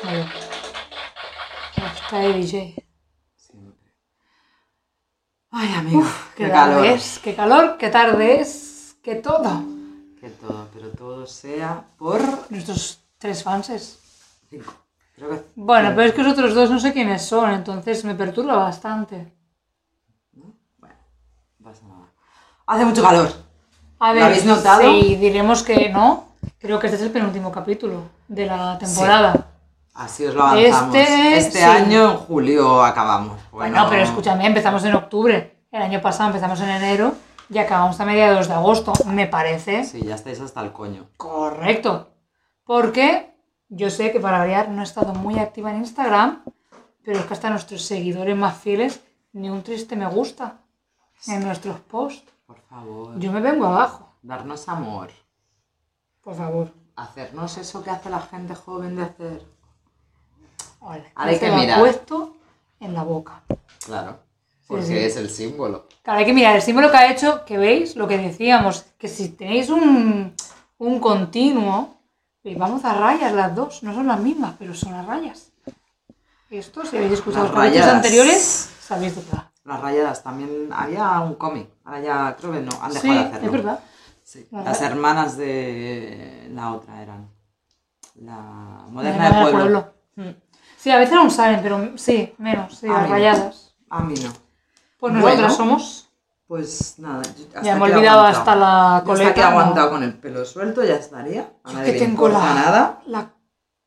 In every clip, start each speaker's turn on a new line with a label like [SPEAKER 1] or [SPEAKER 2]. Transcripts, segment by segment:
[SPEAKER 1] Claro. Está de DJ.
[SPEAKER 2] Siempre.
[SPEAKER 1] Ay, amigo. qué,
[SPEAKER 2] qué
[SPEAKER 1] calor.
[SPEAKER 2] calor.
[SPEAKER 1] es, qué calor, qué tarde es, qué todo.
[SPEAKER 2] Que todo, pero todo sea por
[SPEAKER 1] Nuestros tres fanses.
[SPEAKER 2] cinco. Creo que
[SPEAKER 1] Bueno, pero es que los otros dos no sé quiénes son, entonces me perturba bastante.
[SPEAKER 2] no pasa nada. Hace mucho calor.
[SPEAKER 1] A
[SPEAKER 2] ¿Lo
[SPEAKER 1] ver,
[SPEAKER 2] habéis notado?
[SPEAKER 1] sí, diremos que no. Creo que este es el penúltimo capítulo de la temporada.
[SPEAKER 2] Así os lo avanzamos.
[SPEAKER 1] Este,
[SPEAKER 2] Este,
[SPEAKER 1] sí.
[SPEAKER 2] año en julio acabamos.
[SPEAKER 1] Bueno, Pues pero escúchame, empezamos en octubre. El año pasado empezamos en enero y acabamos a mediados de agosto, me parece.
[SPEAKER 2] Sí, ya estáis hasta el coño.
[SPEAKER 1] Correcto. Porque yo sé que para variar no he estado muy activa en Instagram, pero es que hasta nuestros seguidores más fieles ni un triste me gusta en nuestros posts.
[SPEAKER 2] Por favor,
[SPEAKER 1] Yo me vengo abajo,
[SPEAKER 2] darnos amor.
[SPEAKER 1] por favor.
[SPEAKER 2] Hacernos eso que hace la gente joven de hacer.
[SPEAKER 1] Hola.
[SPEAKER 2] Ahora hay
[SPEAKER 1] Se
[SPEAKER 2] que
[SPEAKER 1] lo ha
[SPEAKER 2] mirar.
[SPEAKER 1] puesto en la boca.
[SPEAKER 2] Claro, porque
[SPEAKER 1] sí.
[SPEAKER 2] es el símbolo.
[SPEAKER 1] Claro, hay que mirar el símbolo que ha hecho, que veis lo que decíamos, que si tenéis un, un continuo, eh, vamos a rayas las dos, no son las mismas, pero son las rayas. Esto, si habéis escuchado
[SPEAKER 2] Las
[SPEAKER 1] los capítulos
[SPEAKER 2] rayas.
[SPEAKER 1] anteriores, sabéis de qué va.
[SPEAKER 2] Las rayadas también había un cómic. Ahora ya creo que no, han
[SPEAKER 1] Sí,
[SPEAKER 2] dejado de hacerlo.
[SPEAKER 1] es verdad.
[SPEAKER 2] Sí.
[SPEAKER 1] Las
[SPEAKER 2] Las
[SPEAKER 1] rayadas.
[SPEAKER 2] hermanas de la otra eran. La moderna
[SPEAKER 1] Moderna
[SPEAKER 2] del
[SPEAKER 1] del
[SPEAKER 2] pueblo.
[SPEAKER 1] pueblo. Mm. Sí, a veces aún salen, pero sí, menos, sí,
[SPEAKER 2] Ah,
[SPEAKER 1] las
[SPEAKER 2] mira.
[SPEAKER 1] rayadas.
[SPEAKER 2] A mí no.
[SPEAKER 1] Pues
[SPEAKER 2] Bueno.
[SPEAKER 1] nosotras somos.
[SPEAKER 2] Pues nada, yo- hasta
[SPEAKER 1] Ya me he
[SPEAKER 2] aquí he
[SPEAKER 1] olvidado
[SPEAKER 2] aguantado.
[SPEAKER 1] hasta la
[SPEAKER 2] Yo
[SPEAKER 1] coleta.
[SPEAKER 2] hasta que he
[SPEAKER 1] no.
[SPEAKER 2] aguantado con el pelo suelto ya estaría. A
[SPEAKER 1] Yo
[SPEAKER 2] nadie
[SPEAKER 1] que
[SPEAKER 2] le
[SPEAKER 1] tengo la,
[SPEAKER 2] importa nada.
[SPEAKER 1] la-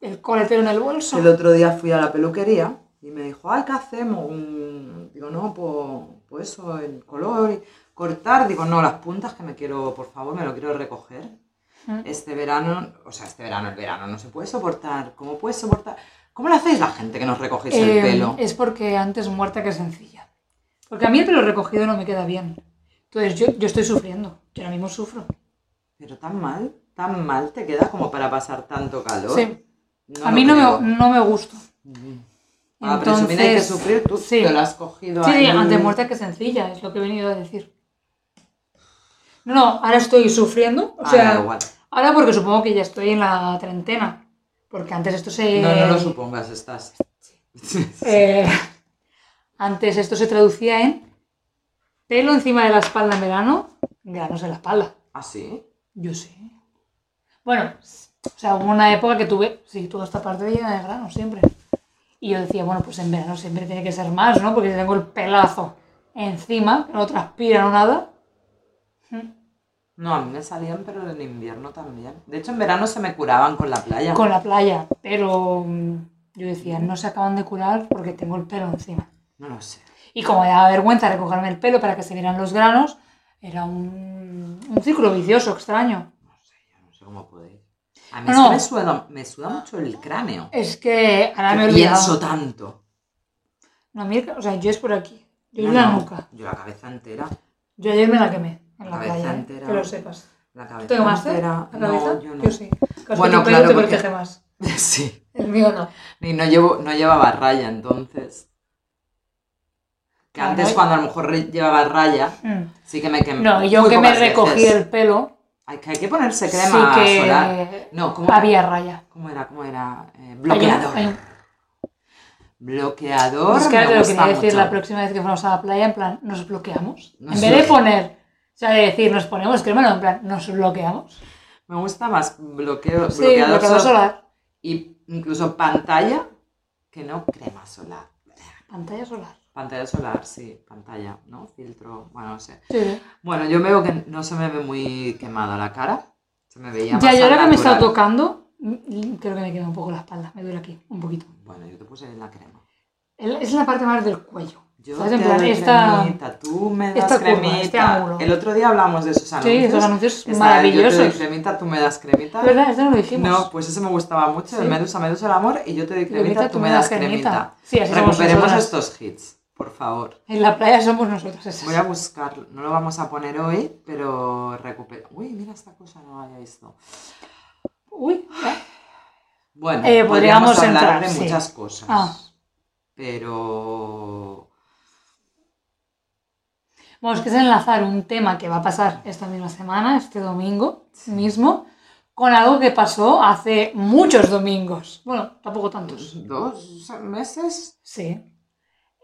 [SPEAKER 1] el coletero en el bolso.
[SPEAKER 2] El otro día fui a la peluquería y me dijo, ay, ¿qué hacemos? Un-". Digo, no, pues, pues eso, el color, y cortar. Digo, no, las puntas que me quiero, por favor, me lo quiero recoger.
[SPEAKER 1] Mm.
[SPEAKER 2] Este verano, o sea, este verano, el verano no se puede soportar. ¿Cómo puede soportar? ¿Cómo lo hacéis la gente que nos recogéis
[SPEAKER 1] Eh,
[SPEAKER 2] el pelo?
[SPEAKER 1] Es porque antes muerta que sencilla. Porque a mí el pelo recogido no me queda bien. Entonces yo, yo estoy sufriendo. Yo ahora mismo sufro.
[SPEAKER 2] Pero tan mal, tan mal te queda como para pasar tanto calor.
[SPEAKER 1] Sí.
[SPEAKER 2] No
[SPEAKER 1] a
[SPEAKER 2] lo
[SPEAKER 1] mí no
[SPEAKER 2] creo. Ah,
[SPEAKER 1] me, no me gusta.
[SPEAKER 2] Para presumir hay que sufrir, tú
[SPEAKER 1] sí.
[SPEAKER 2] te lo has cogido
[SPEAKER 1] Sí, sí,
[SPEAKER 2] ahí.
[SPEAKER 1] antes muerta que sencilla, es lo que he venido a decir. No, no, ahora estoy sufriendo. O
[SPEAKER 2] Ah,
[SPEAKER 1] sea,
[SPEAKER 2] da igual.
[SPEAKER 1] ahora porque supongo que ya estoy en la treintena. Porque antes esto se.
[SPEAKER 2] No, no lo supongas, estás.
[SPEAKER 1] Eh, antes esto se traducía en pelo encima de la espalda en verano, granos en la espalda.
[SPEAKER 2] ¿Ah, sí?
[SPEAKER 1] Yo sé. Bueno, s- o sea, hubo una época que tuve, sí, toda esta parte llena de granos siempre. Y yo decía, bueno, pues en verano siempre tiene que ser más, ¿no? Porque tengo el pelazo encima, que no transpira, no nada.
[SPEAKER 2] No, a mí me salían, pero en invierno también. De hecho, en verano se me curaban con la playa.
[SPEAKER 1] Con la playa, pero mm, yo decía, no se acaban de curar porque tengo el pelo encima.
[SPEAKER 2] No lo sé.
[SPEAKER 1] Y como me daba vergüenza recogerme el pelo para que se vieran los granos, era un, un círculo vicioso, extraño.
[SPEAKER 2] Yo no sé cómo podéis. A mí
[SPEAKER 1] No,
[SPEAKER 2] es que
[SPEAKER 1] no.
[SPEAKER 2] Me, suda, me suda mucho el cráneo.
[SPEAKER 1] Es que ahora me he
[SPEAKER 2] Que pienso
[SPEAKER 1] olvidado.
[SPEAKER 2] tanto.
[SPEAKER 1] No, a mí el- o sea, yo es por aquí. Yo
[SPEAKER 2] No,
[SPEAKER 1] es la
[SPEAKER 2] no,
[SPEAKER 1] nuca.
[SPEAKER 2] Yo la cabeza entera.
[SPEAKER 1] Yo ayer me la quemé en la
[SPEAKER 2] Cabeza
[SPEAKER 1] playa, ¿eh?
[SPEAKER 2] entera.
[SPEAKER 1] que lo sepas.
[SPEAKER 2] La
[SPEAKER 1] ¿Tú
[SPEAKER 2] cabeza
[SPEAKER 1] te quemaste
[SPEAKER 2] entera.
[SPEAKER 1] la cabeza?
[SPEAKER 2] No, yo no.
[SPEAKER 1] Yo sí. Casi
[SPEAKER 2] Bueno,
[SPEAKER 1] tu pelo
[SPEAKER 2] claro,
[SPEAKER 1] te
[SPEAKER 2] porque-
[SPEAKER 1] protege más.
[SPEAKER 2] sí.
[SPEAKER 1] El mío no.
[SPEAKER 2] Y no, llevo, no llevaba raya entonces. Que
[SPEAKER 1] Claro,
[SPEAKER 2] antes,
[SPEAKER 1] ¿eh?
[SPEAKER 2] cuando a lo mejor re- llevaba raya,
[SPEAKER 1] Mm.
[SPEAKER 2] sí que me quemé.
[SPEAKER 1] No, y yo
[SPEAKER 2] muy
[SPEAKER 1] que me
[SPEAKER 2] pocas veces.
[SPEAKER 1] recogí el pelo,
[SPEAKER 2] Hay que, hay que ponerse crema
[SPEAKER 1] sí que
[SPEAKER 2] solar. No, ¿cómo,
[SPEAKER 1] había raya.
[SPEAKER 2] ¿cómo era? ¿Cómo era? Eh,
[SPEAKER 1] Hay un-
[SPEAKER 2] bloqueador.
[SPEAKER 1] hay un-
[SPEAKER 2] Bloqueador.
[SPEAKER 1] Es que ahora
[SPEAKER 2] me
[SPEAKER 1] te lo
[SPEAKER 2] gusta
[SPEAKER 1] quería decir
[SPEAKER 2] mucho.
[SPEAKER 1] la próxima vez que fuéramos a la playa, en plan, nos bloqueamos.
[SPEAKER 2] Nos
[SPEAKER 1] en vez de
[SPEAKER 2] bloqueamos.
[SPEAKER 1] poner, o sea, de decir, nos ponemos crema, no, en plan, nos bloqueamos.
[SPEAKER 2] Me gusta más bloqueo,
[SPEAKER 1] Sí,
[SPEAKER 2] bloqueador,
[SPEAKER 1] bloqueador
[SPEAKER 2] solar
[SPEAKER 1] solar.
[SPEAKER 2] y incluso pantalla que no crema solar.
[SPEAKER 1] Pantalla solar.
[SPEAKER 2] Pantalla solar, sí, pantalla, ¿no? Filtro, bueno, no sé.
[SPEAKER 1] Sí, sí.
[SPEAKER 2] Bueno, yo veo que no se me ve muy quemada la cara. Se me veía
[SPEAKER 1] Ya,
[SPEAKER 2] más
[SPEAKER 1] yo
[SPEAKER 2] al
[SPEAKER 1] ahora que me he estado
[SPEAKER 2] natural.
[SPEAKER 1] tocando, mm, creo que me quema un poco la espalda, me duele aquí, un poquito.
[SPEAKER 2] Bueno, yo te puse la crema.
[SPEAKER 1] El- Es la parte más del cuello.
[SPEAKER 2] Yo
[SPEAKER 1] ¿Sabes?
[SPEAKER 2] te
[SPEAKER 1] En plan,
[SPEAKER 2] doy
[SPEAKER 1] esta-
[SPEAKER 2] cremita, tú me das
[SPEAKER 1] esta curva,
[SPEAKER 2] cremita.
[SPEAKER 1] este ángulo.
[SPEAKER 2] El otro día hablamos de esos anuncios.
[SPEAKER 1] Sí, esos anuncios
[SPEAKER 2] Esa, Yo te doy
[SPEAKER 1] maravillosos. Es
[SPEAKER 2] cremita, tú me das cremita.
[SPEAKER 1] verdad, esto no lo dijimos.
[SPEAKER 2] No, pues ese me gustaba mucho,
[SPEAKER 1] Sí.
[SPEAKER 2] el Medusa, Medusa el amor, y yo te doy cremita, tú me das cremita.
[SPEAKER 1] Sí, así somos
[SPEAKER 2] Recuperemos
[SPEAKER 1] nosotras.
[SPEAKER 2] estos hits, por favor.
[SPEAKER 1] En la playa somos nosotros esas.
[SPEAKER 2] Voy a buscarlo, no lo vamos a poner hoy, pero recupero. Uy, mira esta cosa, no la había visto.
[SPEAKER 1] Uy, ¿eh?
[SPEAKER 2] Bueno,
[SPEAKER 1] Eh,
[SPEAKER 2] podríamos,
[SPEAKER 1] podríamos
[SPEAKER 2] hablar
[SPEAKER 1] entrar,
[SPEAKER 2] de
[SPEAKER 1] sí.
[SPEAKER 2] muchas cosas,
[SPEAKER 1] Ah.
[SPEAKER 2] pero...
[SPEAKER 1] Bueno, es que es enlazar un tema que va a pasar esta misma semana, este domingo mismo, con algo que pasó hace muchos domingos. Bueno, tampoco tantos.
[SPEAKER 2] ¿Dos meses?
[SPEAKER 1] Sí.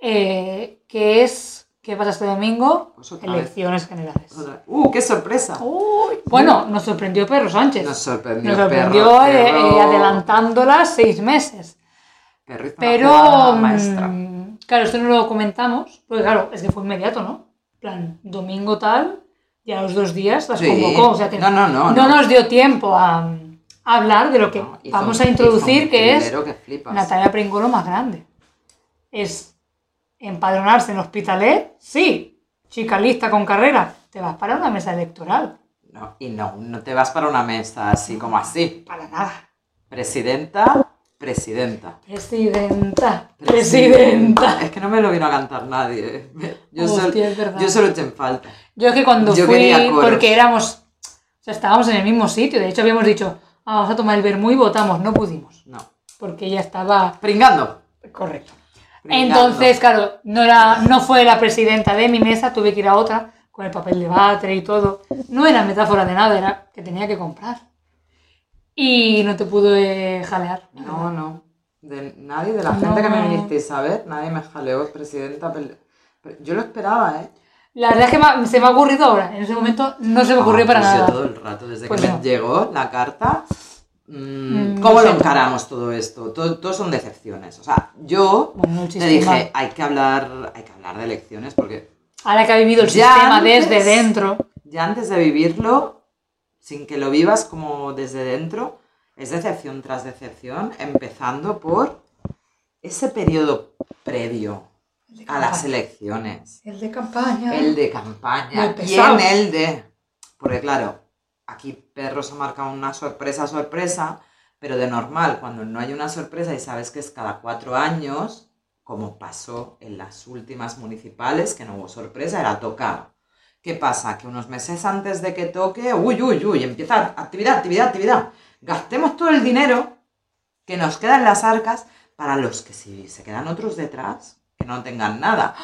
[SPEAKER 1] Eh, que es, ¿qué pasa este domingo?
[SPEAKER 2] Pues otra vez.
[SPEAKER 1] Elecciones generales.
[SPEAKER 2] Otra- ¡Uh, qué sorpresa!
[SPEAKER 1] Uy, bueno, nos sorprendió Pedro Sánchez.
[SPEAKER 2] Nos sorprendió.
[SPEAKER 1] Nos sorprendió
[SPEAKER 2] perro,
[SPEAKER 1] eh, eh,
[SPEAKER 2] perro.
[SPEAKER 1] adelantándola seis meses.
[SPEAKER 2] Perro hizo una
[SPEAKER 1] Pero,
[SPEAKER 2] jugada maestra.
[SPEAKER 1] mm, claro, esto no lo comentamos, porque claro, es que fue inmediato, ¿no? plan, domingo tal, ya a los dos días las
[SPEAKER 2] Sí.
[SPEAKER 1] convocó. O sea, que
[SPEAKER 2] No, no, no, no.
[SPEAKER 1] nos dio tiempo a, a hablar de lo que
[SPEAKER 2] No, hizo
[SPEAKER 1] vamos
[SPEAKER 2] un-
[SPEAKER 1] a introducir,
[SPEAKER 2] hizo un
[SPEAKER 1] que es
[SPEAKER 2] tildero que flipas.
[SPEAKER 1] Natalia Pringolo más grande. Es empadronarse en Hospitalet, sí, chica lista con carrera, te vas para una mesa electoral,
[SPEAKER 2] No, y no, no te vas para una mesa así como así.
[SPEAKER 1] para nada.
[SPEAKER 2] Presidenta, presidenta.
[SPEAKER 1] Presidenta, presidenta.
[SPEAKER 2] Es que no me lo vino a cantar nadie. eh. Yo,
[SPEAKER 1] Hostia,
[SPEAKER 2] solo,
[SPEAKER 1] es verdad.
[SPEAKER 2] yo solo eché en falta.
[SPEAKER 1] Yo es que cuando
[SPEAKER 2] Yo
[SPEAKER 1] fui,
[SPEAKER 2] quería coros.
[SPEAKER 1] porque éramos, o sea, estábamos en el mismo sitio, de hecho habíamos dicho, "Ah, vamos a tomar el vermú y votamos, no pudimos,
[SPEAKER 2] No.
[SPEAKER 1] porque ya estaba
[SPEAKER 2] Pringando.
[SPEAKER 1] correcto.
[SPEAKER 2] Pringando.
[SPEAKER 1] Entonces, claro, no, era, no fue la presidenta de mi mesa, tuve que ir a otra con el papel de váter y todo. No era metáfora de nada, era que tenía que comprar. Y no te pude jalear.
[SPEAKER 2] No, no. De nadie, de la
[SPEAKER 1] No.
[SPEAKER 2] gente que me vinisteis a ver, nadie me jaleó presidenta. pel- pero Yo lo esperaba, ¿eh?
[SPEAKER 1] La verdad es que me- se me ha ocurrido ahora. En ese momento no se me ocurrió
[SPEAKER 2] Ah,
[SPEAKER 1] para
[SPEAKER 2] pues yo
[SPEAKER 1] nada.
[SPEAKER 2] todo el rato, desde
[SPEAKER 1] Pues
[SPEAKER 2] que
[SPEAKER 1] no.
[SPEAKER 2] me llegó la carta. mm,
[SPEAKER 1] Mm,
[SPEAKER 2] ¿Cómo
[SPEAKER 1] no
[SPEAKER 2] lo
[SPEAKER 1] sé.
[SPEAKER 2] encaramos todo esto? Todo, todo son decepciones. O sea, yo
[SPEAKER 1] Bueno, el
[SPEAKER 2] te
[SPEAKER 1] sistema.
[SPEAKER 2] dije, hay que hablar, hay que hablar de elecciones porque
[SPEAKER 1] Ahora que ha vivido el
[SPEAKER 2] Ya
[SPEAKER 1] sistema
[SPEAKER 2] antes-
[SPEAKER 1] desde dentro.
[SPEAKER 2] ya antes de vivirlo, sin que lo vivas como desde dentro, es decepción tras decepción, empezando por ese periodo previo a las elecciones.
[SPEAKER 1] El de campaña.
[SPEAKER 2] El de campaña.
[SPEAKER 1] Muy
[SPEAKER 2] Y
[SPEAKER 1] pesado.
[SPEAKER 2] en el de. Porque claro, aquí Perro se ha marcado una sorpresa, sorpresa, pero de normal, cuando no hay una sorpresa y sabes que es cada cuatro años, como pasó en las últimas municipales, que no hubo sorpresa, era tocar. ¿Qué pasa? Que unos meses antes de que toque, uy, uy, uy, empieza actividad, actividad, actividad. Gastemos todo el dinero que nos queda en las arcas para los que si se quedan otros detrás, que no tengan nada.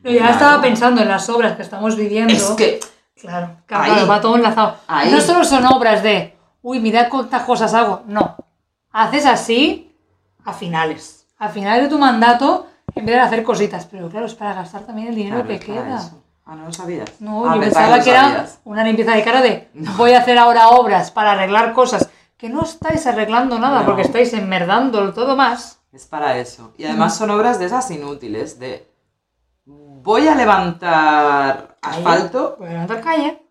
[SPEAKER 1] No, ya
[SPEAKER 2] Claro.
[SPEAKER 1] estaba pensando en las obras que estamos viviendo.
[SPEAKER 2] Es que
[SPEAKER 1] Claro,
[SPEAKER 2] Ahí.
[SPEAKER 1] claro, va todo enlazado.
[SPEAKER 2] Ahí.
[SPEAKER 1] No solo son obras de, uy, mirad cuántas cosas hago. No. Haces así a finales. A finales de tu mandato empiezas a hacer cositas. Pero claro, es para gastar también el dinero
[SPEAKER 2] Claro,
[SPEAKER 1] que
[SPEAKER 2] es para
[SPEAKER 1] queda.
[SPEAKER 2] eso. Ah, no lo sabías.
[SPEAKER 1] No,
[SPEAKER 2] Ah,
[SPEAKER 1] yo
[SPEAKER 2] pensaba
[SPEAKER 1] pensaba
[SPEAKER 2] lo
[SPEAKER 1] que era
[SPEAKER 2] sabías.
[SPEAKER 1] una limpieza de cara de, voy a hacer ahora obras para arreglar cosas que no estáis arreglando nada
[SPEAKER 2] No.
[SPEAKER 1] porque estáis enmerdando todo más.
[SPEAKER 2] Es para eso. Y además
[SPEAKER 1] Mm.
[SPEAKER 2] son obras de esas inútiles, de voy a levantar
[SPEAKER 1] Calle.
[SPEAKER 2] asfalto
[SPEAKER 1] Voy a levantar calle.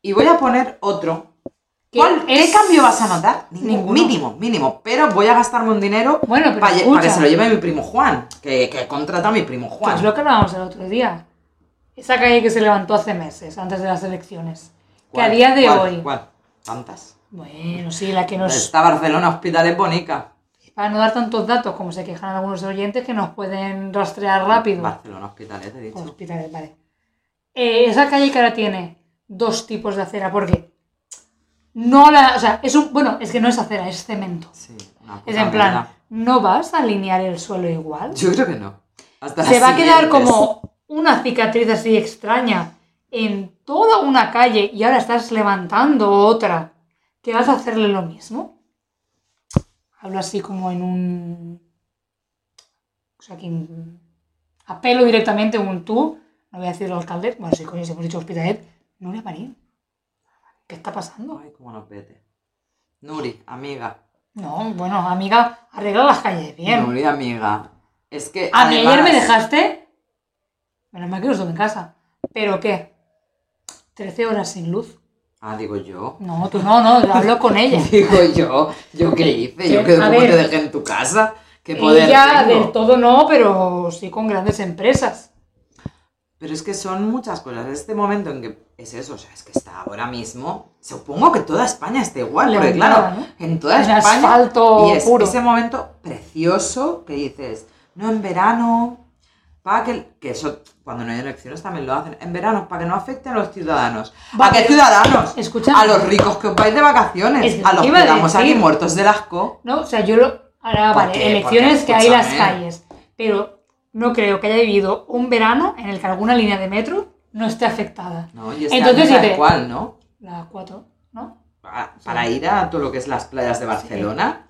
[SPEAKER 2] y voy a poner otro.
[SPEAKER 1] que
[SPEAKER 2] ¿Cuál- ¿Qué
[SPEAKER 1] es-
[SPEAKER 2] cambio vas a notar? Ningún-
[SPEAKER 1] Ninguno.
[SPEAKER 2] Mínimo, mínimo. Pero voy a gastarme un dinero
[SPEAKER 1] Bueno, pero
[SPEAKER 2] para,
[SPEAKER 1] escucha.
[SPEAKER 2] que se lo lleve mi primo Juan, que, que contrata a mi primo
[SPEAKER 1] Que
[SPEAKER 2] Juan.
[SPEAKER 1] es lo que hablábamos el otro día. Esa calle que se levantó hace meses, antes de las elecciones. Que a
[SPEAKER 2] ¿Cuál?
[SPEAKER 1] día de
[SPEAKER 2] ¿Cuál?
[SPEAKER 1] hoy. Pues
[SPEAKER 2] ¿Cuál? Tantas.
[SPEAKER 1] Bueno, sí, la que nos.
[SPEAKER 2] Está Barcelona Hospital es Bonica.
[SPEAKER 1] Para no dar tantos datos como se quejan algunos oyentes que nos pueden rastrear rápido.
[SPEAKER 2] Barcelona Hospital, te he
[SPEAKER 1] Con
[SPEAKER 2] dicho.
[SPEAKER 1] hospitales, vale. Eh, esa calle que ahora tiene dos tipos de acera, porque no la. O sea, es un. Bueno, es que no es acera, es cemento.
[SPEAKER 2] Sí, una
[SPEAKER 1] Pues Es
[SPEAKER 2] puta
[SPEAKER 1] en plan,
[SPEAKER 2] mierda.
[SPEAKER 1] no vas a alinear el suelo igual.
[SPEAKER 2] Yo creo que no. Hasta
[SPEAKER 1] se
[SPEAKER 2] las
[SPEAKER 1] va a quedar
[SPEAKER 2] siguientes.
[SPEAKER 1] como una cicatriz así extraña en toda una calle y ahora estás levantando otra que vas a hacerle lo mismo. Hablo así como en un... O sea, que en- apelo directamente un tú, no voy a decirlo al alcalde, bueno, sí, coño, si hemos dicho hospitalet, Nuria Marín. ¿Qué está pasando?
[SPEAKER 2] Ay, cómo nos vete. Nuri, amiga.
[SPEAKER 1] No, bueno, amiga, arregla las calles bien.
[SPEAKER 2] Nuri, amiga. Es que.
[SPEAKER 1] A mí ayer
[SPEAKER 2] además-
[SPEAKER 1] me dejaste. Menos mal que no estuve en casa. ¿Pero qué? 13 horas sin luz.
[SPEAKER 2] Ah, digo yo.
[SPEAKER 1] No, tú no, no, yo hablo con ella.
[SPEAKER 2] Digo yo. ¿Yo qué hice? ¿Yo
[SPEAKER 1] Que,
[SPEAKER 2] qué
[SPEAKER 1] a
[SPEAKER 2] cómo
[SPEAKER 1] ver.
[SPEAKER 2] te dejé en tu casa? ¿Qué poder
[SPEAKER 1] Ella
[SPEAKER 2] tengo?
[SPEAKER 1] del todo no, pero sí con grandes empresas.
[SPEAKER 2] Pero es que son muchas cosas. Este momento en que es eso, o sea, es que está ahora mismo. Supongo que toda España está igual, porque
[SPEAKER 1] Levantada,
[SPEAKER 2] claro,
[SPEAKER 1] ¿no?
[SPEAKER 2] en toda
[SPEAKER 1] En
[SPEAKER 2] España.
[SPEAKER 1] asfalto
[SPEAKER 2] y es
[SPEAKER 1] puro.
[SPEAKER 2] ese momento precioso que dices, no en verano, para que. Que eso, cuando no hay elecciones también lo hacen. En verano, para que no afecten a los ciudadanos.
[SPEAKER 1] Va,
[SPEAKER 2] ¿A qué
[SPEAKER 1] pero-
[SPEAKER 2] ciudadanos?
[SPEAKER 1] Escúchame.
[SPEAKER 2] A los ricos que os vais de vacaciones.
[SPEAKER 1] Es lo
[SPEAKER 2] a
[SPEAKER 1] que
[SPEAKER 2] los que
[SPEAKER 1] iba a
[SPEAKER 2] quedamos aquí
[SPEAKER 1] decir.
[SPEAKER 2] muertos del asco.
[SPEAKER 1] ¿No? O sea, yo lo. Ahora,
[SPEAKER 2] ¿Por
[SPEAKER 1] vale,
[SPEAKER 2] qué?
[SPEAKER 1] elecciones
[SPEAKER 2] Porque,
[SPEAKER 1] que hay las
[SPEAKER 2] escúchame.
[SPEAKER 1] calles. Pero no creo que haya vivido un verano en el que alguna línea de metro no esté afectada.
[SPEAKER 2] No, y este
[SPEAKER 1] Entonces
[SPEAKER 2] año da
[SPEAKER 1] dice-
[SPEAKER 2] igual, ¿no?
[SPEAKER 1] La 4. ¿no?
[SPEAKER 2] Para, para ir a todo lo que es las playas de Barcelona.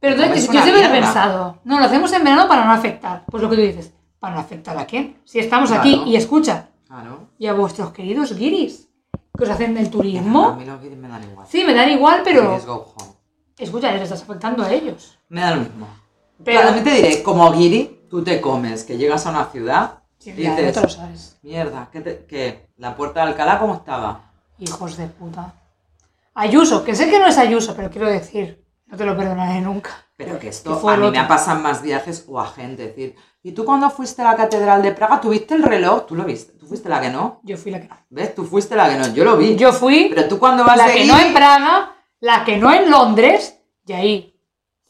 [SPEAKER 1] Pero
[SPEAKER 2] Te
[SPEAKER 1] entonces,
[SPEAKER 2] comes
[SPEAKER 1] yo
[SPEAKER 2] una
[SPEAKER 1] siempre he
[SPEAKER 2] mierda.
[SPEAKER 1] pensado, no, lo hacemos en verano para no afectar. Pues lo que tú dices, ¿para no afectar a quién? Si estamos aquí
[SPEAKER 2] Claro.
[SPEAKER 1] y escucha,
[SPEAKER 2] Claro.
[SPEAKER 1] y a vuestros queridos guiris, que os hacen del
[SPEAKER 2] A
[SPEAKER 1] turismo.
[SPEAKER 2] mí los guiris me dan igual.
[SPEAKER 1] Sí, me dan igual, pero
[SPEAKER 2] Guiris go home.
[SPEAKER 1] escucha, les estás afectando a ellos.
[SPEAKER 2] Me da lo mismo.
[SPEAKER 1] Pero-
[SPEAKER 2] Pero también te diré, como guiri, tú te comes, que llegas a una ciudad,
[SPEAKER 1] Sí, ya, no
[SPEAKER 2] dices,
[SPEAKER 1] te lo sabes.
[SPEAKER 2] mierda, ¿qué, te- qué? ¿La puerta de Alcalá cómo estaba?
[SPEAKER 1] Hijos de puta. Ayuso, que sé que no es Ayuso, pero quiero decir, no te lo perdonaré nunca.
[SPEAKER 2] Pero que
[SPEAKER 1] Que
[SPEAKER 2] esto
[SPEAKER 1] fue
[SPEAKER 2] a
[SPEAKER 1] el
[SPEAKER 2] mí me
[SPEAKER 1] otro.
[SPEAKER 2] ha pasado en más viajes o a gente. Es decir, ¿y tú cuando fuiste a la Catedral de Praga, tuviste el reloj? ¿Tú lo viste? ¿Tú fuiste la que no?
[SPEAKER 1] Yo fui la que no.
[SPEAKER 2] ¿Ves? Tú fuiste la que no. Yo lo vi.
[SPEAKER 1] Yo fui
[SPEAKER 2] Pero tú cuando vas
[SPEAKER 1] la
[SPEAKER 2] de
[SPEAKER 1] que no
[SPEAKER 2] guiri-
[SPEAKER 1] en Praga, la que no en Londres, y ahí,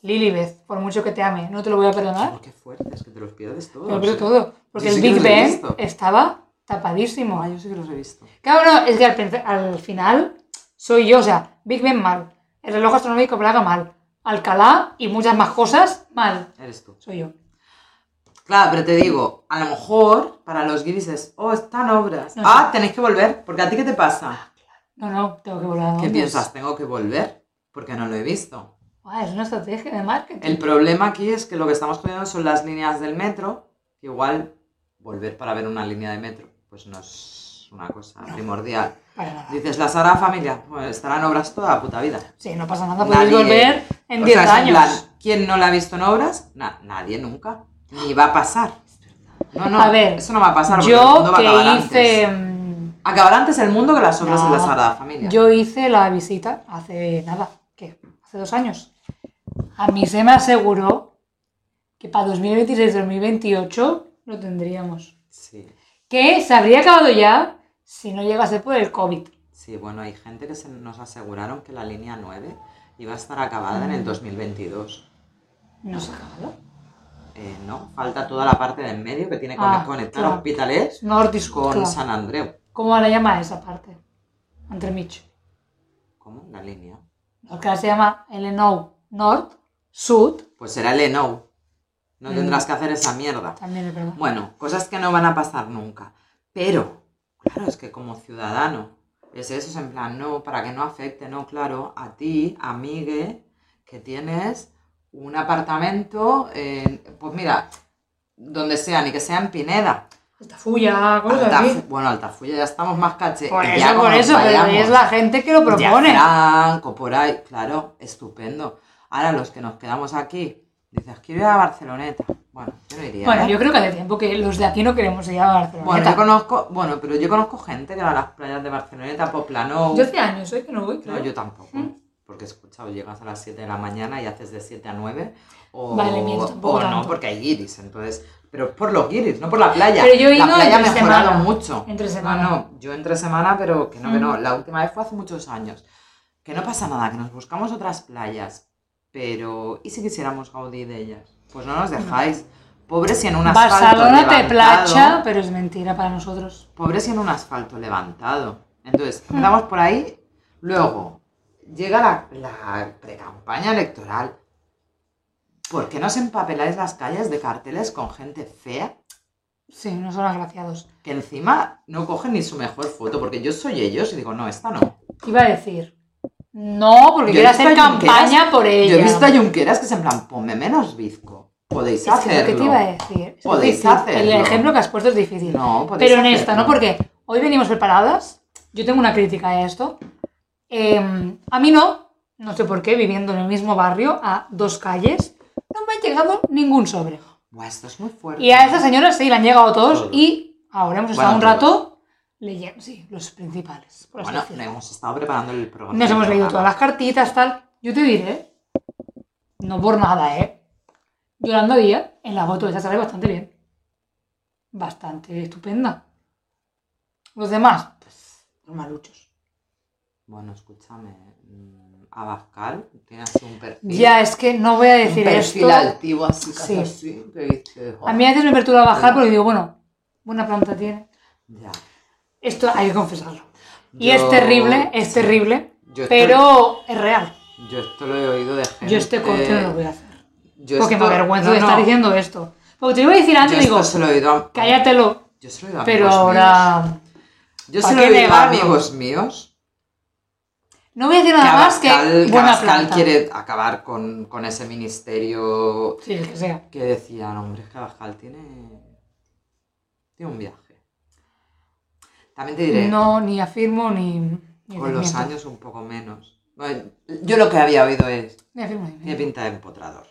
[SPEAKER 1] Lilibeth, por mucho que te ame, no te lo voy a perdonar.
[SPEAKER 2] Hostia, Oh, qué fuerte, es que te los pierdes todos.
[SPEAKER 1] Pero creo
[SPEAKER 2] ¿eh?
[SPEAKER 1] todo, porque
[SPEAKER 2] Yo
[SPEAKER 1] el
[SPEAKER 2] sí que
[SPEAKER 1] Big
[SPEAKER 2] los he
[SPEAKER 1] Ben
[SPEAKER 2] visto.
[SPEAKER 1] estaba tapadísimo.
[SPEAKER 2] Ah, yo sí que los he visto.
[SPEAKER 1] Claro, no, es que al, prin- al final soy yo, o sea, Big Ben mal, el reloj astronómico Praga mal, Alcalá y muchas más cosas mal.
[SPEAKER 2] Eres tú.
[SPEAKER 1] Soy yo.
[SPEAKER 2] Claro, pero te digo, a lo mejor para los grises, oh, están obras.
[SPEAKER 1] No sé.
[SPEAKER 2] ah, tenéis que volver, porque a ti qué te pasa?
[SPEAKER 1] No, no, tengo que volar a
[SPEAKER 2] ¿Qué
[SPEAKER 1] Londres.
[SPEAKER 2] piensas? Tengo que volver, porque no lo he visto.
[SPEAKER 1] Guau, es una estrategia de marketing.
[SPEAKER 2] El problema aquí es que lo que estamos jodiendo son las líneas del metro, que igual volver para ver una línea de metro, pues no es una cosa primordial.
[SPEAKER 1] Para nada.
[SPEAKER 2] Dices, la Sara Familia, pues estarán obras toda la puta vida.
[SPEAKER 1] Sí, no pasa nada, podéis
[SPEAKER 2] Nadie-
[SPEAKER 1] volver en
[SPEAKER 2] O
[SPEAKER 1] 10
[SPEAKER 2] sea, es en
[SPEAKER 1] años.
[SPEAKER 2] plan, ¿Quién no la ha visto en obras? Na- nadie nunca. Ni va a pasar. No, no,
[SPEAKER 1] A ver,
[SPEAKER 2] eso no va a pasar. porque el mundo
[SPEAKER 1] Yo
[SPEAKER 2] va a acabar
[SPEAKER 1] que hice.
[SPEAKER 2] Antes.
[SPEAKER 1] mm,
[SPEAKER 2] Acabará antes el mundo que las obras
[SPEAKER 1] No,
[SPEAKER 2] en la Sagrada Familia.
[SPEAKER 1] Yo hice la visita hace nada, ¿qué? Hace dos años. A mí se me aseguró que para 2026-2028 lo tendríamos.
[SPEAKER 2] Sí,
[SPEAKER 1] Que se habría acabado ya si no llegase por el COVID.
[SPEAKER 2] sí, bueno, hay gente que se nos aseguraron que la línea 9 iba a estar acabada en
[SPEAKER 1] Mm.
[SPEAKER 2] el 2022.
[SPEAKER 1] No se ha acabado.
[SPEAKER 2] Eh, no, falta toda la parte de en medio que tiene que
[SPEAKER 1] Ah,
[SPEAKER 2] conectar
[SPEAKER 1] claro.
[SPEAKER 2] hospitales
[SPEAKER 1] Norte y sur,
[SPEAKER 2] con
[SPEAKER 1] claro.
[SPEAKER 2] San Andreu.
[SPEAKER 1] ¿Cómo ahora llama esa parte? Entre Micho.
[SPEAKER 2] ¿Cómo? La línea.
[SPEAKER 1] Lo que ahora se llama LNO North, Sud,
[SPEAKER 2] Pues será el ENOU. No
[SPEAKER 1] Mm.
[SPEAKER 2] tendrás que hacer esa mierda.
[SPEAKER 1] también es verdad.
[SPEAKER 2] Bueno, cosas que no van a pasar nunca. Pero, claro, es que como ciudadano, es eso, es en plan, no, para que no afecte, no, claro, a ti, amigue, que tienes un apartamento, en- pues mira, donde sea, ni que sea en Pineda.
[SPEAKER 1] Altafulla, cosas
[SPEAKER 2] Altaf-
[SPEAKER 1] así.
[SPEAKER 2] bueno, Altafulla ya estamos más caché.
[SPEAKER 1] Por
[SPEAKER 2] y ya
[SPEAKER 1] eso,
[SPEAKER 2] como
[SPEAKER 1] por
[SPEAKER 2] nos
[SPEAKER 1] eso, pero
[SPEAKER 2] vayamos,
[SPEAKER 1] es la gente que lo propone.
[SPEAKER 2] Pues ya Franco, por ahí, claro, estupendo. Ahora los que nos quedamos aquí, dices, quiero ir a Barceloneta. Bueno, yo no iría.
[SPEAKER 1] Bueno,
[SPEAKER 2] ¿eh?
[SPEAKER 1] yo creo que hace tiempo que los de aquí no queremos ir a Barcelona.
[SPEAKER 2] Bueno, yo conozco, bueno, pero yo conozco gente que va a las playas de Barceloneta, Poplano.
[SPEAKER 1] Yo hace años ¿eh? que no voy, creo.
[SPEAKER 2] No, yo tampoco. Porque escuchado, llegas a las 7 de la mañana y haces de 7 a 9. O,
[SPEAKER 1] Vale, mira, tampoco
[SPEAKER 2] o no,
[SPEAKER 1] tanto.
[SPEAKER 2] porque hay guiris, entonces. Pero es por los guiris, no por la playa.
[SPEAKER 1] Pero yo he
[SPEAKER 2] la
[SPEAKER 1] ido
[SPEAKER 2] playa ha
[SPEAKER 1] entre
[SPEAKER 2] mejorado
[SPEAKER 1] semana.
[SPEAKER 2] mucho.
[SPEAKER 1] Entre
[SPEAKER 2] No,
[SPEAKER 1] semana.
[SPEAKER 2] Ah, no, yo entre semana, pero que no, que no.
[SPEAKER 1] Ujú.
[SPEAKER 2] La última vez fue hace muchos años. Que no pasa nada, que nos buscamos otras playas. Pero, ¿y si quisiéramos Gaudí de ellas? Pues no nos dejáis. Pobres y en un asfalto
[SPEAKER 1] Barcelona te
[SPEAKER 2] levantado.
[SPEAKER 1] placha, pero es mentira para nosotros.
[SPEAKER 2] Pobres y en un asfalto levantado. Entonces, empezamos por ahí. Luego, llega la, la precampaña electoral. ¿Por qué no os empapeláis las calles de carteles con gente fea?
[SPEAKER 1] Sí, no son agraciados.
[SPEAKER 2] Que encima no cogen ni su mejor foto, porque yo soy ellos y digo, no, esta no.
[SPEAKER 1] Iba a decir, no, porque
[SPEAKER 2] Yo
[SPEAKER 1] quiero
[SPEAKER 2] he visto
[SPEAKER 1] hacer
[SPEAKER 2] a Junqueras-
[SPEAKER 1] campaña por ella.
[SPEAKER 2] Yo he visto a Junqueras que se en plan, ponme menos bizco. Podéis
[SPEAKER 1] es que lo
[SPEAKER 2] hacerlo.
[SPEAKER 1] que te iba a decir. Es
[SPEAKER 2] Podéis
[SPEAKER 1] difícil. El
[SPEAKER 2] hacerlo.
[SPEAKER 1] ejemplo que has puesto es difícil.
[SPEAKER 2] No, podéis
[SPEAKER 1] Pero en esta,
[SPEAKER 2] hacerlo.
[SPEAKER 1] ¿no? Porque hoy venimos preparadas. Yo tengo una crítica a esto. Eh, a mí no, no sé por qué, viviendo en el mismo barrio, a dos calles, no me ha llegado ningún sobre.
[SPEAKER 2] Buah, esto es muy fuerte.
[SPEAKER 1] Y a esa señora sí, le han llegado todos
[SPEAKER 2] Todos.
[SPEAKER 1] y ahora hemos estado
[SPEAKER 2] Bueno,
[SPEAKER 1] un
[SPEAKER 2] todos.
[SPEAKER 1] rato leyendo, sí, los principales. por así
[SPEAKER 2] Bueno,
[SPEAKER 1] decirlo.
[SPEAKER 2] hemos estado preparando el programa.
[SPEAKER 1] Nos hemos leído todas las cartitas, tal. Yo te diré, no por nada, ¿eh? Yolanda Díaz en la foto esa sale bastante bien. Bastante estupenda. Los demás, pues, maluchos.
[SPEAKER 2] Bueno, escúchame. mm, Abascal tiene así un perfil.
[SPEAKER 1] Ya, es que no voy a
[SPEAKER 2] un
[SPEAKER 1] decir
[SPEAKER 2] perfil
[SPEAKER 1] esto.
[SPEAKER 2] altivo así, casi
[SPEAKER 1] Sí.
[SPEAKER 2] así, que dices,
[SPEAKER 1] A mí a veces me perturba bajar
[SPEAKER 2] Pero-
[SPEAKER 1] porque digo, bueno, buena planta tiene.
[SPEAKER 2] Ya.
[SPEAKER 1] Esto hay que confesarlo. Y
[SPEAKER 2] Yo-
[SPEAKER 1] es terrible, es
[SPEAKER 2] sí.
[SPEAKER 1] terrible,
[SPEAKER 2] Yo Esto,
[SPEAKER 1] pero es real.
[SPEAKER 2] yo esto lo he oído de gente.
[SPEAKER 1] Yo este corte no lo voy a hacer.
[SPEAKER 2] yo
[SPEAKER 1] Porque
[SPEAKER 2] esto-
[SPEAKER 1] me avergüenzo
[SPEAKER 2] no,
[SPEAKER 1] de estar
[SPEAKER 2] no,
[SPEAKER 1] diciendo esto. Porque te lo iba a decir
[SPEAKER 2] Yo
[SPEAKER 1] antes,
[SPEAKER 2] esto
[SPEAKER 1] digo,
[SPEAKER 2] se lo he oído a,
[SPEAKER 1] cállatelo.
[SPEAKER 2] Yo se lo he oído a
[SPEAKER 1] Pero
[SPEAKER 2] amigos míos.
[SPEAKER 1] ahora
[SPEAKER 2] Yo
[SPEAKER 1] ¿pa'
[SPEAKER 2] se lo
[SPEAKER 1] qué
[SPEAKER 2] he oído a
[SPEAKER 1] negarlo?
[SPEAKER 2] amigos míos.
[SPEAKER 1] No voy a decir nada más que
[SPEAKER 2] Abascal, que
[SPEAKER 1] buena
[SPEAKER 2] Abascal
[SPEAKER 1] planta.
[SPEAKER 2] quiere acabar con, con ese ministerio
[SPEAKER 1] Sí, el que sea.
[SPEAKER 2] que decían, hombre, es que Abascal tiene, tiene un viaje. También te diré,
[SPEAKER 1] No, ni afirmo ni. ni
[SPEAKER 2] con los
[SPEAKER 1] desmiento.
[SPEAKER 2] años un poco menos. Bueno, yo lo que había oído es,
[SPEAKER 1] Ni afirmo ni
[SPEAKER 2] tiene
[SPEAKER 1] desmiento.
[SPEAKER 2] pinta de empotrador.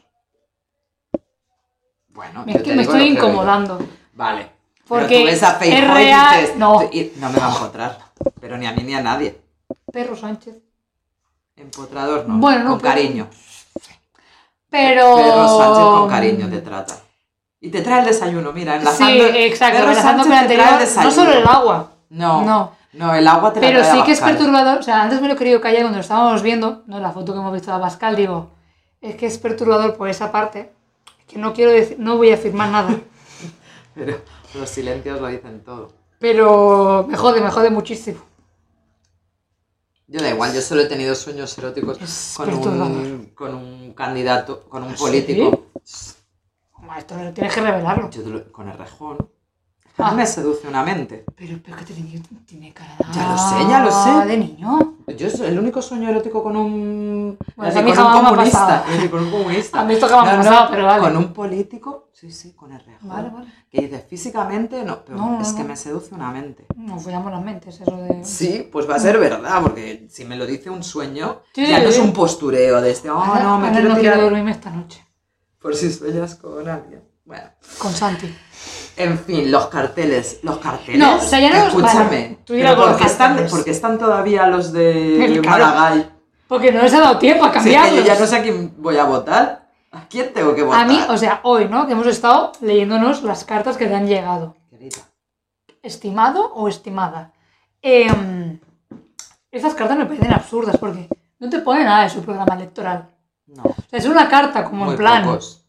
[SPEAKER 2] Bueno,
[SPEAKER 1] Es
[SPEAKER 2] yo
[SPEAKER 1] que
[SPEAKER 2] te
[SPEAKER 1] me
[SPEAKER 2] digo lo
[SPEAKER 1] estoy
[SPEAKER 2] he oído.
[SPEAKER 1] incomodando.
[SPEAKER 2] Vale.
[SPEAKER 1] Porque
[SPEAKER 2] pero tú ves a
[SPEAKER 1] es
[SPEAKER 2] Feijóo y
[SPEAKER 1] real-
[SPEAKER 2] dices,
[SPEAKER 1] no.
[SPEAKER 2] "Y no me va a empotrar, pero ni a mí ni a nadie.
[SPEAKER 1] Perro Sánchez.
[SPEAKER 2] Empotrador no,
[SPEAKER 1] Bueno, no,
[SPEAKER 2] con
[SPEAKER 1] pero-
[SPEAKER 2] cariño.
[SPEAKER 1] Pero.
[SPEAKER 2] Pedro Sánchez con cariño te trata. Y te trae el desayuno, mira,
[SPEAKER 1] Sí, eh,
[SPEAKER 2] enlazando.
[SPEAKER 1] exacto.
[SPEAKER 2] Pedro
[SPEAKER 1] relajando
[SPEAKER 2] Sánchez
[SPEAKER 1] con el
[SPEAKER 2] te trae el
[SPEAKER 1] anterior,
[SPEAKER 2] desayuno.
[SPEAKER 1] no solo el agua.
[SPEAKER 2] No,
[SPEAKER 1] No.
[SPEAKER 2] no, el agua te la
[SPEAKER 1] Pero
[SPEAKER 2] trae
[SPEAKER 1] sí que es
[SPEAKER 2] Abascal.
[SPEAKER 1] perturbador. O sea, antes me lo he querido callar cuando lo estábamos viendo, no la foto que hemos visto de Pascal, digo, es que es perturbador por esa parte. Es que no quiero decir, no voy a afirmar nada.
[SPEAKER 2] Pero los silencios lo dicen todo.
[SPEAKER 1] Pero me jode, me jode muchísimo.
[SPEAKER 2] Yo da igual, yo solo he tenido sueños eróticos
[SPEAKER 1] Es
[SPEAKER 2] con un,
[SPEAKER 1] perturbador. ¿Ah,
[SPEAKER 2] con un candidato, con un
[SPEAKER 1] ¿Sí?
[SPEAKER 2] político.
[SPEAKER 1] Como esto no tienes que revelarlo.
[SPEAKER 2] Yo te lo- con el rejón.
[SPEAKER 1] Ah.
[SPEAKER 2] A mí me seduce una mente.
[SPEAKER 1] Pero, pero que te tiene, tiene cara de- Ah,
[SPEAKER 2] Ya lo sé, ya lo sé.
[SPEAKER 1] De niño.
[SPEAKER 2] Yo soy el único sueño erótico con un.
[SPEAKER 1] Bueno,
[SPEAKER 2] así,
[SPEAKER 1] a mí
[SPEAKER 2] con,
[SPEAKER 1] jamás
[SPEAKER 2] un
[SPEAKER 1] me ha
[SPEAKER 2] comunista,
[SPEAKER 1] pasado.
[SPEAKER 2] es decir, con un comunista.
[SPEAKER 1] A mí esto jamás me ha pasado, pero vale.
[SPEAKER 2] Con un político, sí, sí, con el rejón.
[SPEAKER 1] Vale, vale.
[SPEAKER 2] que dices físicamente no, pero
[SPEAKER 1] No, no,
[SPEAKER 2] es
[SPEAKER 1] no.
[SPEAKER 2] que me seduce una mente.
[SPEAKER 1] Nos follamos las mentes, eso de.
[SPEAKER 2] Sí, pues va a ser verdad, porque si me lo dice un sueño,
[SPEAKER 1] Sí.
[SPEAKER 2] ya no es un postureo de este, oh
[SPEAKER 1] Ahora-
[SPEAKER 2] no, me
[SPEAKER 1] ahora
[SPEAKER 2] quiero
[SPEAKER 1] no
[SPEAKER 2] tirar
[SPEAKER 1] quiero dormirme esta noche.
[SPEAKER 2] por si sueñas con alguien. Bueno,
[SPEAKER 1] Con Santi.
[SPEAKER 2] en fin, los carteles, los carteles.
[SPEAKER 1] No, o sea, ya no los- vale,
[SPEAKER 2] escúchame.
[SPEAKER 1] tú dirás
[SPEAKER 2] pero
[SPEAKER 1] con los
[SPEAKER 2] porque están
[SPEAKER 1] carteles.
[SPEAKER 2] porque están todavía los de
[SPEAKER 1] El cara-
[SPEAKER 2] Maragall.
[SPEAKER 1] Porque no les ha dado tiempo a
[SPEAKER 2] Si es que
[SPEAKER 1] cambiarlo.
[SPEAKER 2] yo ya no sé a quién voy a votar. ¿A quién tengo que votar?
[SPEAKER 1] A mí, o sea, hoy, ¿no? Que hemos estado leyéndonos las cartas que te han llegado.
[SPEAKER 2] Querida,
[SPEAKER 1] Estimado o estimada. Em, estas cartas me parecen absurdas porque no te pone nada de su programa electoral.
[SPEAKER 2] no,
[SPEAKER 1] O sea, es una carta como
[SPEAKER 2] muy
[SPEAKER 1] en plan.
[SPEAKER 2] pocos.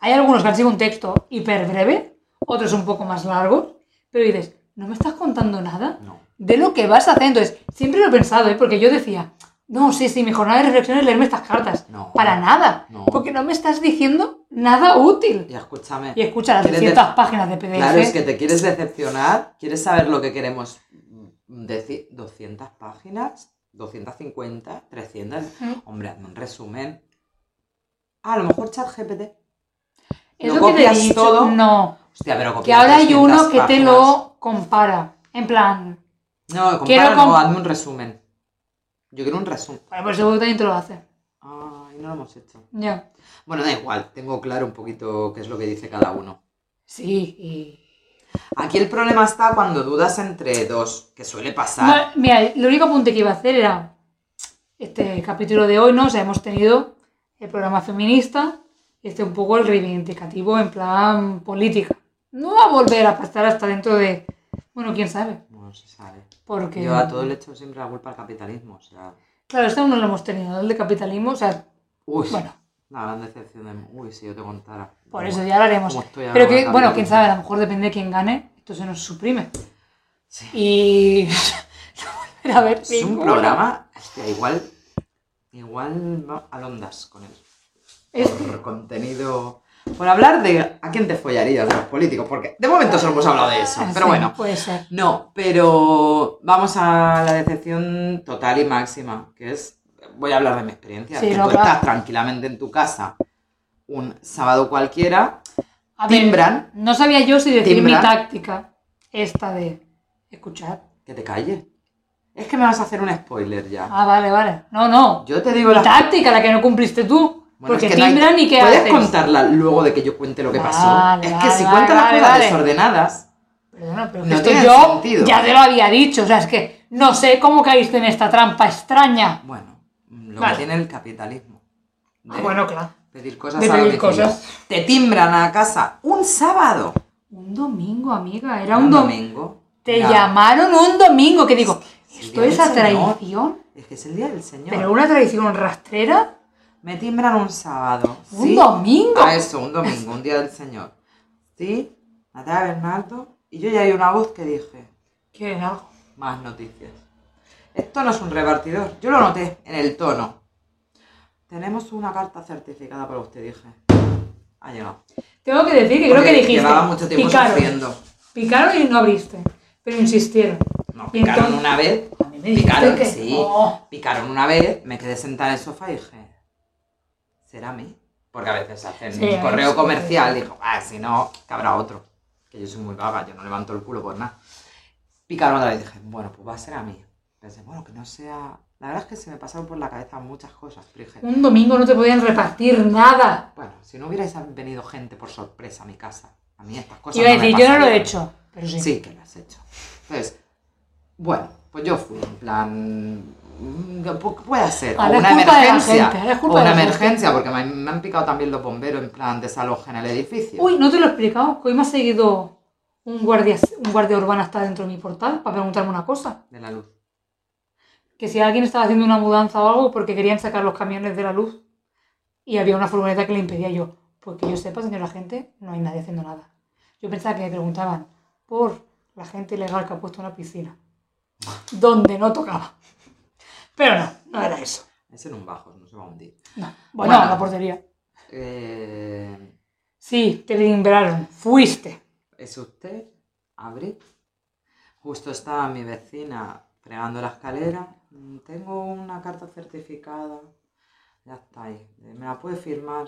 [SPEAKER 1] Hay algunos que han sido un texto hiper breve, otros un poco más largos, pero dices, ¿no me estás contando nada?
[SPEAKER 2] No.
[SPEAKER 1] de lo que vas a hacer. Entonces, siempre lo he pensado, ¿eh? porque yo decía, no, sí, sí, mi jornada de reflexión es leerme estas cartas.
[SPEAKER 2] No.
[SPEAKER 1] Para nada.
[SPEAKER 2] No.
[SPEAKER 1] Porque no me estás diciendo nada útil.
[SPEAKER 2] Ya escúchame.
[SPEAKER 1] Y escucha las
[SPEAKER 2] ¿Quieres de-
[SPEAKER 1] 200 páginas de PDF.
[SPEAKER 2] Claro, es que te quieres decepcionar, quieres saber lo que queremos decir. 200 páginas, 250, 300.
[SPEAKER 1] Mm.
[SPEAKER 2] Hombre, hazme un resumen. Ah, a lo mejor ChatGPT.
[SPEAKER 1] Es lo que te
[SPEAKER 2] lo
[SPEAKER 1] he
[SPEAKER 2] copias
[SPEAKER 1] dicho.
[SPEAKER 2] todo.
[SPEAKER 1] No.
[SPEAKER 2] Hostia, pero copiar
[SPEAKER 1] Que ahora hay
[SPEAKER 2] 300
[SPEAKER 1] uno que te
[SPEAKER 2] páginas.
[SPEAKER 1] lo compara. En plan,
[SPEAKER 2] No,
[SPEAKER 1] Quiero
[SPEAKER 2] compara, no,
[SPEAKER 1] com-
[SPEAKER 2] hazme un resumen. Yo quiero un resumen.
[SPEAKER 1] bueno, pues seguro que también te lo hace.
[SPEAKER 2] Ay, no lo hemos hecho.
[SPEAKER 1] Ya.
[SPEAKER 2] Bueno, da igual, tengo claro un poquito qué es lo que dice cada uno.
[SPEAKER 1] Sí. y-
[SPEAKER 2] Aquí el problema está cuando dudas entre dos, que suele pasar.
[SPEAKER 1] No, mira, el único apunte que iba a hacer era este capítulo de hoy, ¿no? O sea, hemos tenido el programa feminista, este un poco el reivindicativo en plan política. No va a volver a pasar hasta dentro de, bueno, quién sabe,
[SPEAKER 2] No se sabe.
[SPEAKER 1] porque...
[SPEAKER 2] Yo a todo le echo siempre la culpa al capitalismo. O sea,
[SPEAKER 1] Claro, este aún no lo hemos tenido, el de capitalismo, o sea,
[SPEAKER 2] uy,
[SPEAKER 1] bueno,
[SPEAKER 2] la gran decepción de uy, si yo te contara.
[SPEAKER 1] por eso ya lo haremos.
[SPEAKER 2] ¿Cómo estoy ahora
[SPEAKER 1] Pero
[SPEAKER 2] con
[SPEAKER 1] que,
[SPEAKER 2] el
[SPEAKER 1] bueno,
[SPEAKER 2] capitalismo?
[SPEAKER 1] quién sabe, a lo mejor depende de quién gane, esto se nos suprime.
[SPEAKER 2] Sí.
[SPEAKER 1] Y... no volver a ver
[SPEAKER 2] Es un
[SPEAKER 1] ninguna.
[SPEAKER 2] programa, hostia, igual, igual va al ondas con él.
[SPEAKER 1] Es-
[SPEAKER 2] Por contenido. Por hablar de a quién te follarías de los políticos, porque de momento solo hemos hablado de eso. Pero
[SPEAKER 1] Ah, Sí,
[SPEAKER 2] bueno,
[SPEAKER 1] Puede ser.
[SPEAKER 2] No, pero vamos a la decepción total y máxima, que es, voy a hablar de mi experiencia,
[SPEAKER 1] Sí,
[SPEAKER 2] que
[SPEAKER 1] no,
[SPEAKER 2] tú
[SPEAKER 1] claro.
[SPEAKER 2] estás tranquilamente en tu casa un sábado cualquiera,
[SPEAKER 1] A ver,
[SPEAKER 2] timbran,
[SPEAKER 1] No sabía yo si decir
[SPEAKER 2] Timbra.
[SPEAKER 1] mi táctica, esta de escuchar.
[SPEAKER 2] que te calles. Es que me vas a hacer un spoiler ya.
[SPEAKER 1] Ah, vale, vale. No, no.
[SPEAKER 2] Yo te digo
[SPEAKER 1] Mi
[SPEAKER 2] la...
[SPEAKER 1] táctica, la que no cumpliste tú.
[SPEAKER 2] Bueno, es
[SPEAKER 1] porque
[SPEAKER 2] que no hay-
[SPEAKER 1] timbran y qué
[SPEAKER 2] ¿Puedes
[SPEAKER 1] haces.
[SPEAKER 2] contarla luego de que yo cuente lo que pasó?
[SPEAKER 1] Vale,
[SPEAKER 2] es que
[SPEAKER 1] vale,
[SPEAKER 2] si
[SPEAKER 1] vale,
[SPEAKER 2] cuentas
[SPEAKER 1] vale,
[SPEAKER 2] las cosas
[SPEAKER 1] vale.
[SPEAKER 2] desordenadas,
[SPEAKER 1] Perdona, pero
[SPEAKER 2] No
[SPEAKER 1] esto
[SPEAKER 2] tiene
[SPEAKER 1] yo
[SPEAKER 2] sentido.
[SPEAKER 1] ya te lo había dicho. O sea, es que no sé cómo caíste en esta trampa extraña.
[SPEAKER 2] bueno, lo
[SPEAKER 1] Vale.
[SPEAKER 2] que tiene el capitalismo.
[SPEAKER 1] Ah,
[SPEAKER 2] de
[SPEAKER 1] bueno, claro.
[SPEAKER 2] pedir cosas
[SPEAKER 1] de
[SPEAKER 2] a
[SPEAKER 1] pedir
[SPEAKER 2] domicilio.
[SPEAKER 1] cosas.
[SPEAKER 2] Te timbran a casa un sábado.
[SPEAKER 1] Un domingo, amiga. Era un domingo. Te
[SPEAKER 2] Era-
[SPEAKER 1] llamaron un domingo. Que digo,
[SPEAKER 2] Sí,
[SPEAKER 1] esto
[SPEAKER 2] el
[SPEAKER 1] es a
[SPEAKER 2] Señor.
[SPEAKER 1] traición.
[SPEAKER 2] Es que es el día del Señor.
[SPEAKER 1] Pero una traición rastrera.
[SPEAKER 2] Me timbran un sábado.
[SPEAKER 1] Un domingo.
[SPEAKER 2] A eso, un domingo, un día del Señor. Sí, Natalia Bernardo. Y yo ya hay una voz que dije,
[SPEAKER 1] Quieren algo.
[SPEAKER 2] más noticias. Esto no es un repartidor. Yo lo noté en el tono. Tenemos una carta certificada para usted, dije. Ha llegado.
[SPEAKER 1] Tengo que decir que creo
[SPEAKER 2] Porque
[SPEAKER 1] que dijiste.
[SPEAKER 2] Llevaba mucho tiempo
[SPEAKER 1] picaron.
[SPEAKER 2] sufriendo.
[SPEAKER 1] Picaron y no abriste. Pero insistieron.
[SPEAKER 2] No,
[SPEAKER 1] Y
[SPEAKER 2] picaron
[SPEAKER 1] entonces-
[SPEAKER 2] una vez.
[SPEAKER 1] A mí mí me dijiste
[SPEAKER 2] Picaron,
[SPEAKER 1] que...
[SPEAKER 2] sí.
[SPEAKER 1] Oh,
[SPEAKER 2] Picaron una vez, me quedé sentada en el sofá y dije, ¿será a mí? Porque a veces hacen
[SPEAKER 1] Sí,
[SPEAKER 2] un correo
[SPEAKER 1] sí.
[SPEAKER 2] comercial, digo, ah, si no, que habrá otro. Que yo soy muy vaga, yo no levanto el culo por nada. Picaron otra vez y dije, bueno, pues va a ser a mí. Pensé, bueno, que no sea... La verdad es que se me pasaron por la cabeza muchas cosas, pero dije,
[SPEAKER 1] un domingo no te podían repartir nada.
[SPEAKER 2] bueno, si no hubierais venido gente por sorpresa a mi casa, a mí estas cosas...
[SPEAKER 1] Iba a
[SPEAKER 2] me
[SPEAKER 1] decir, yo no lo he
[SPEAKER 2] pasarían".
[SPEAKER 1] hecho, pero sí.
[SPEAKER 2] Sí, que lo has hecho. Entonces, bueno, pues yo fui en plan. mm, pu- Puede ser, o
[SPEAKER 1] Ahora es
[SPEAKER 2] una
[SPEAKER 1] culpa de Ah, la
[SPEAKER 2] emergencia.
[SPEAKER 1] gente, ahora es
[SPEAKER 2] o
[SPEAKER 1] culpa de
[SPEAKER 2] una
[SPEAKER 1] la gente.
[SPEAKER 2] emergencia, porque me, me han picado también los bomberos en plan desalojen el edificio.
[SPEAKER 1] Uy, no te lo he explicado, que hoy me ha seguido un guardia, un guardia urbano hasta dentro de mi portal para preguntarme una cosa.
[SPEAKER 2] De la luz.
[SPEAKER 1] Que si alguien estaba haciendo una mudanza o algo porque querían sacar los camiones de la luz y había una furgoneta que le impedía yo. Porque yo sepa, señor agente, no hay nadie haciendo nada. Yo pensaba que me preguntaban por la gente ilegal que ha puesto una piscina donde no tocaba. Pero no, no era eso.
[SPEAKER 2] Es en un bajo, no se va a hundir.
[SPEAKER 1] No. Bueno,
[SPEAKER 2] Bueno.
[SPEAKER 1] la portería.
[SPEAKER 2] Eh,
[SPEAKER 1] Sí, te timbraron. Fuiste.
[SPEAKER 2] ¿Es usted? Abre. Justo estaba mi vecina fregando la escalera. Mm, Tengo una carta certificada. Ya está ahí. Eh, ¿Me la puede firmar?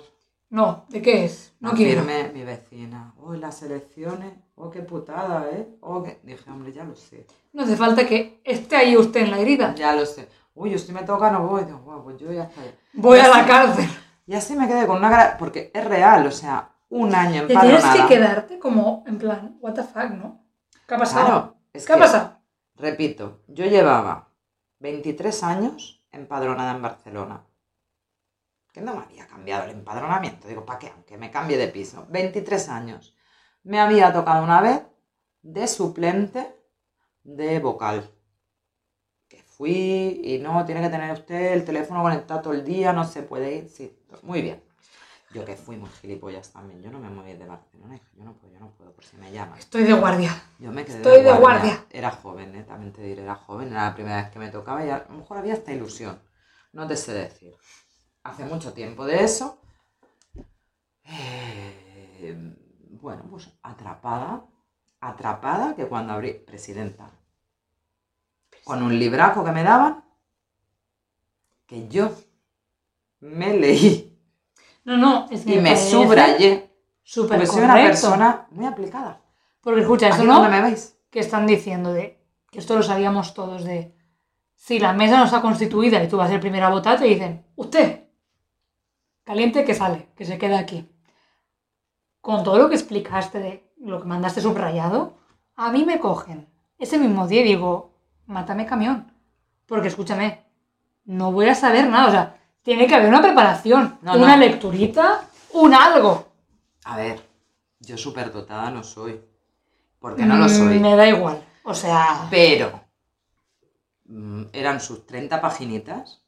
[SPEAKER 1] No, ¿de qué es? No
[SPEAKER 2] No
[SPEAKER 1] quiero.
[SPEAKER 2] firme mi vecina. Uy, las elecciones. Oh, qué putada, ¿eh? Oh, qué- Dije, hombre, ya lo sé.
[SPEAKER 1] No hace falta que esté ahí usted en la herida.
[SPEAKER 2] Ya lo sé. Uy, yo si me toca no voy. Digo, "Buah, pues yo ya está. ya".
[SPEAKER 1] Voy
[SPEAKER 2] Ya
[SPEAKER 1] a la
[SPEAKER 2] sé.
[SPEAKER 1] cárcel.
[SPEAKER 2] Y así me quedé con una cara... Porque es real, o sea, un año
[SPEAKER 1] Te tienes
[SPEAKER 2] empadronada.
[SPEAKER 1] que quedarte como en plan, what the fuck, ¿no? ¿Qué ha pasado?
[SPEAKER 2] Claro, es
[SPEAKER 1] ¿Qué ha
[SPEAKER 2] que,
[SPEAKER 1] pasado?
[SPEAKER 2] repito, yo llevaba 23 años empadronada en Barcelona. Que no me había cambiado el empadronamiento. Digo, ¿para qué? Aunque me cambie de piso. 23 años. Me había tocado una vez de suplente de vocal. Que fui y no, tiene que tener usted el teléfono conectado todo el día, no se puede ir. Sí, muy bien. Yo que fui muy gilipollas también. Yo no me moví de Barcelona. dije, Yo no puedo, yo no puedo, por si me llaman.
[SPEAKER 1] Estoy de guardia.
[SPEAKER 2] Yo me quedé
[SPEAKER 1] Estoy de guardia.
[SPEAKER 2] Era joven, ¿eh? también te diré, era joven, era la primera vez que me tocaba y a lo mejor había esta ilusión. No te sé decir. Hace mucho tiempo de eso. Eh, bueno, pues atrapada. Atrapada que cuando abrí, presidenta, con un libraco que me daban, que yo me leí
[SPEAKER 1] No, no, es que
[SPEAKER 2] y me
[SPEAKER 1] parece
[SPEAKER 2] subrayé.
[SPEAKER 1] Súper
[SPEAKER 2] Porque soy
[SPEAKER 1] correcto.
[SPEAKER 2] una persona muy aplicada.
[SPEAKER 1] Porque escucha, eso
[SPEAKER 2] Aquí
[SPEAKER 1] no,
[SPEAKER 2] donde me veis.
[SPEAKER 1] que están diciendo de, que esto lo sabíamos todos de, si la mesa no está constituida y tú vas a ser el primero a votar, te dicen, usted, caliente que sale, que se queda aquí. Con todo lo que explicaste de lo que mandaste subrayado, a mí me cogen. Ese mismo día y digo, mátame camión. Porque escúchame, no voy a saber nada. O sea, tiene que haber una preparación,
[SPEAKER 2] No,
[SPEAKER 1] una
[SPEAKER 2] no.
[SPEAKER 1] lecturita, un algo.
[SPEAKER 2] A ver, yo superdotada no soy. Porque no lo soy.
[SPEAKER 1] Mm, Me da igual. O sea,
[SPEAKER 2] Pero mm, eran sus 30 paginitas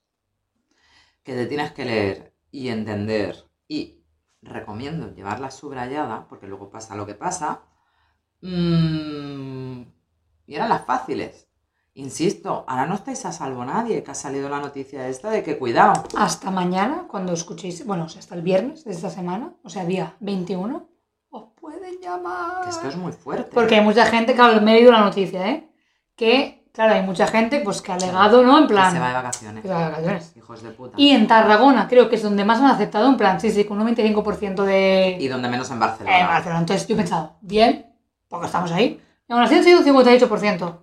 [SPEAKER 2] que te tienes que leer y entender. Y recomiendo llevarla subrayada, porque luego pasa lo que pasa. Mm, y eran las fáciles. Insisto, ahora no estáis a salvo nadie, que ha salido la noticia esta de que cuidado.
[SPEAKER 1] hasta mañana, cuando escuchéis, bueno, o sea, hasta el viernes de esta semana, o sea, día 21, os pueden llamar.
[SPEAKER 2] que esto es muy fuerte.
[SPEAKER 1] Porque hay mucha gente, claro, en medio de la noticia, ¿eh? Que, claro, hay mucha gente pues que ha alegado, ¿no? En
[SPEAKER 2] Que se va
[SPEAKER 1] plan.
[SPEAKER 2] de vacaciones.
[SPEAKER 1] que se va de vacaciones.
[SPEAKER 2] Hijos de puta.
[SPEAKER 1] Y en Tarragona, creo que es donde más han aceptado, en plan, sí, sí, con un 25% de.
[SPEAKER 2] Y donde menos en
[SPEAKER 1] Eh,
[SPEAKER 2] Barcelona.
[SPEAKER 1] en Barcelona. Entonces yo he pensado, bien, porque estamos ahí. Y aún así han sido un 58%.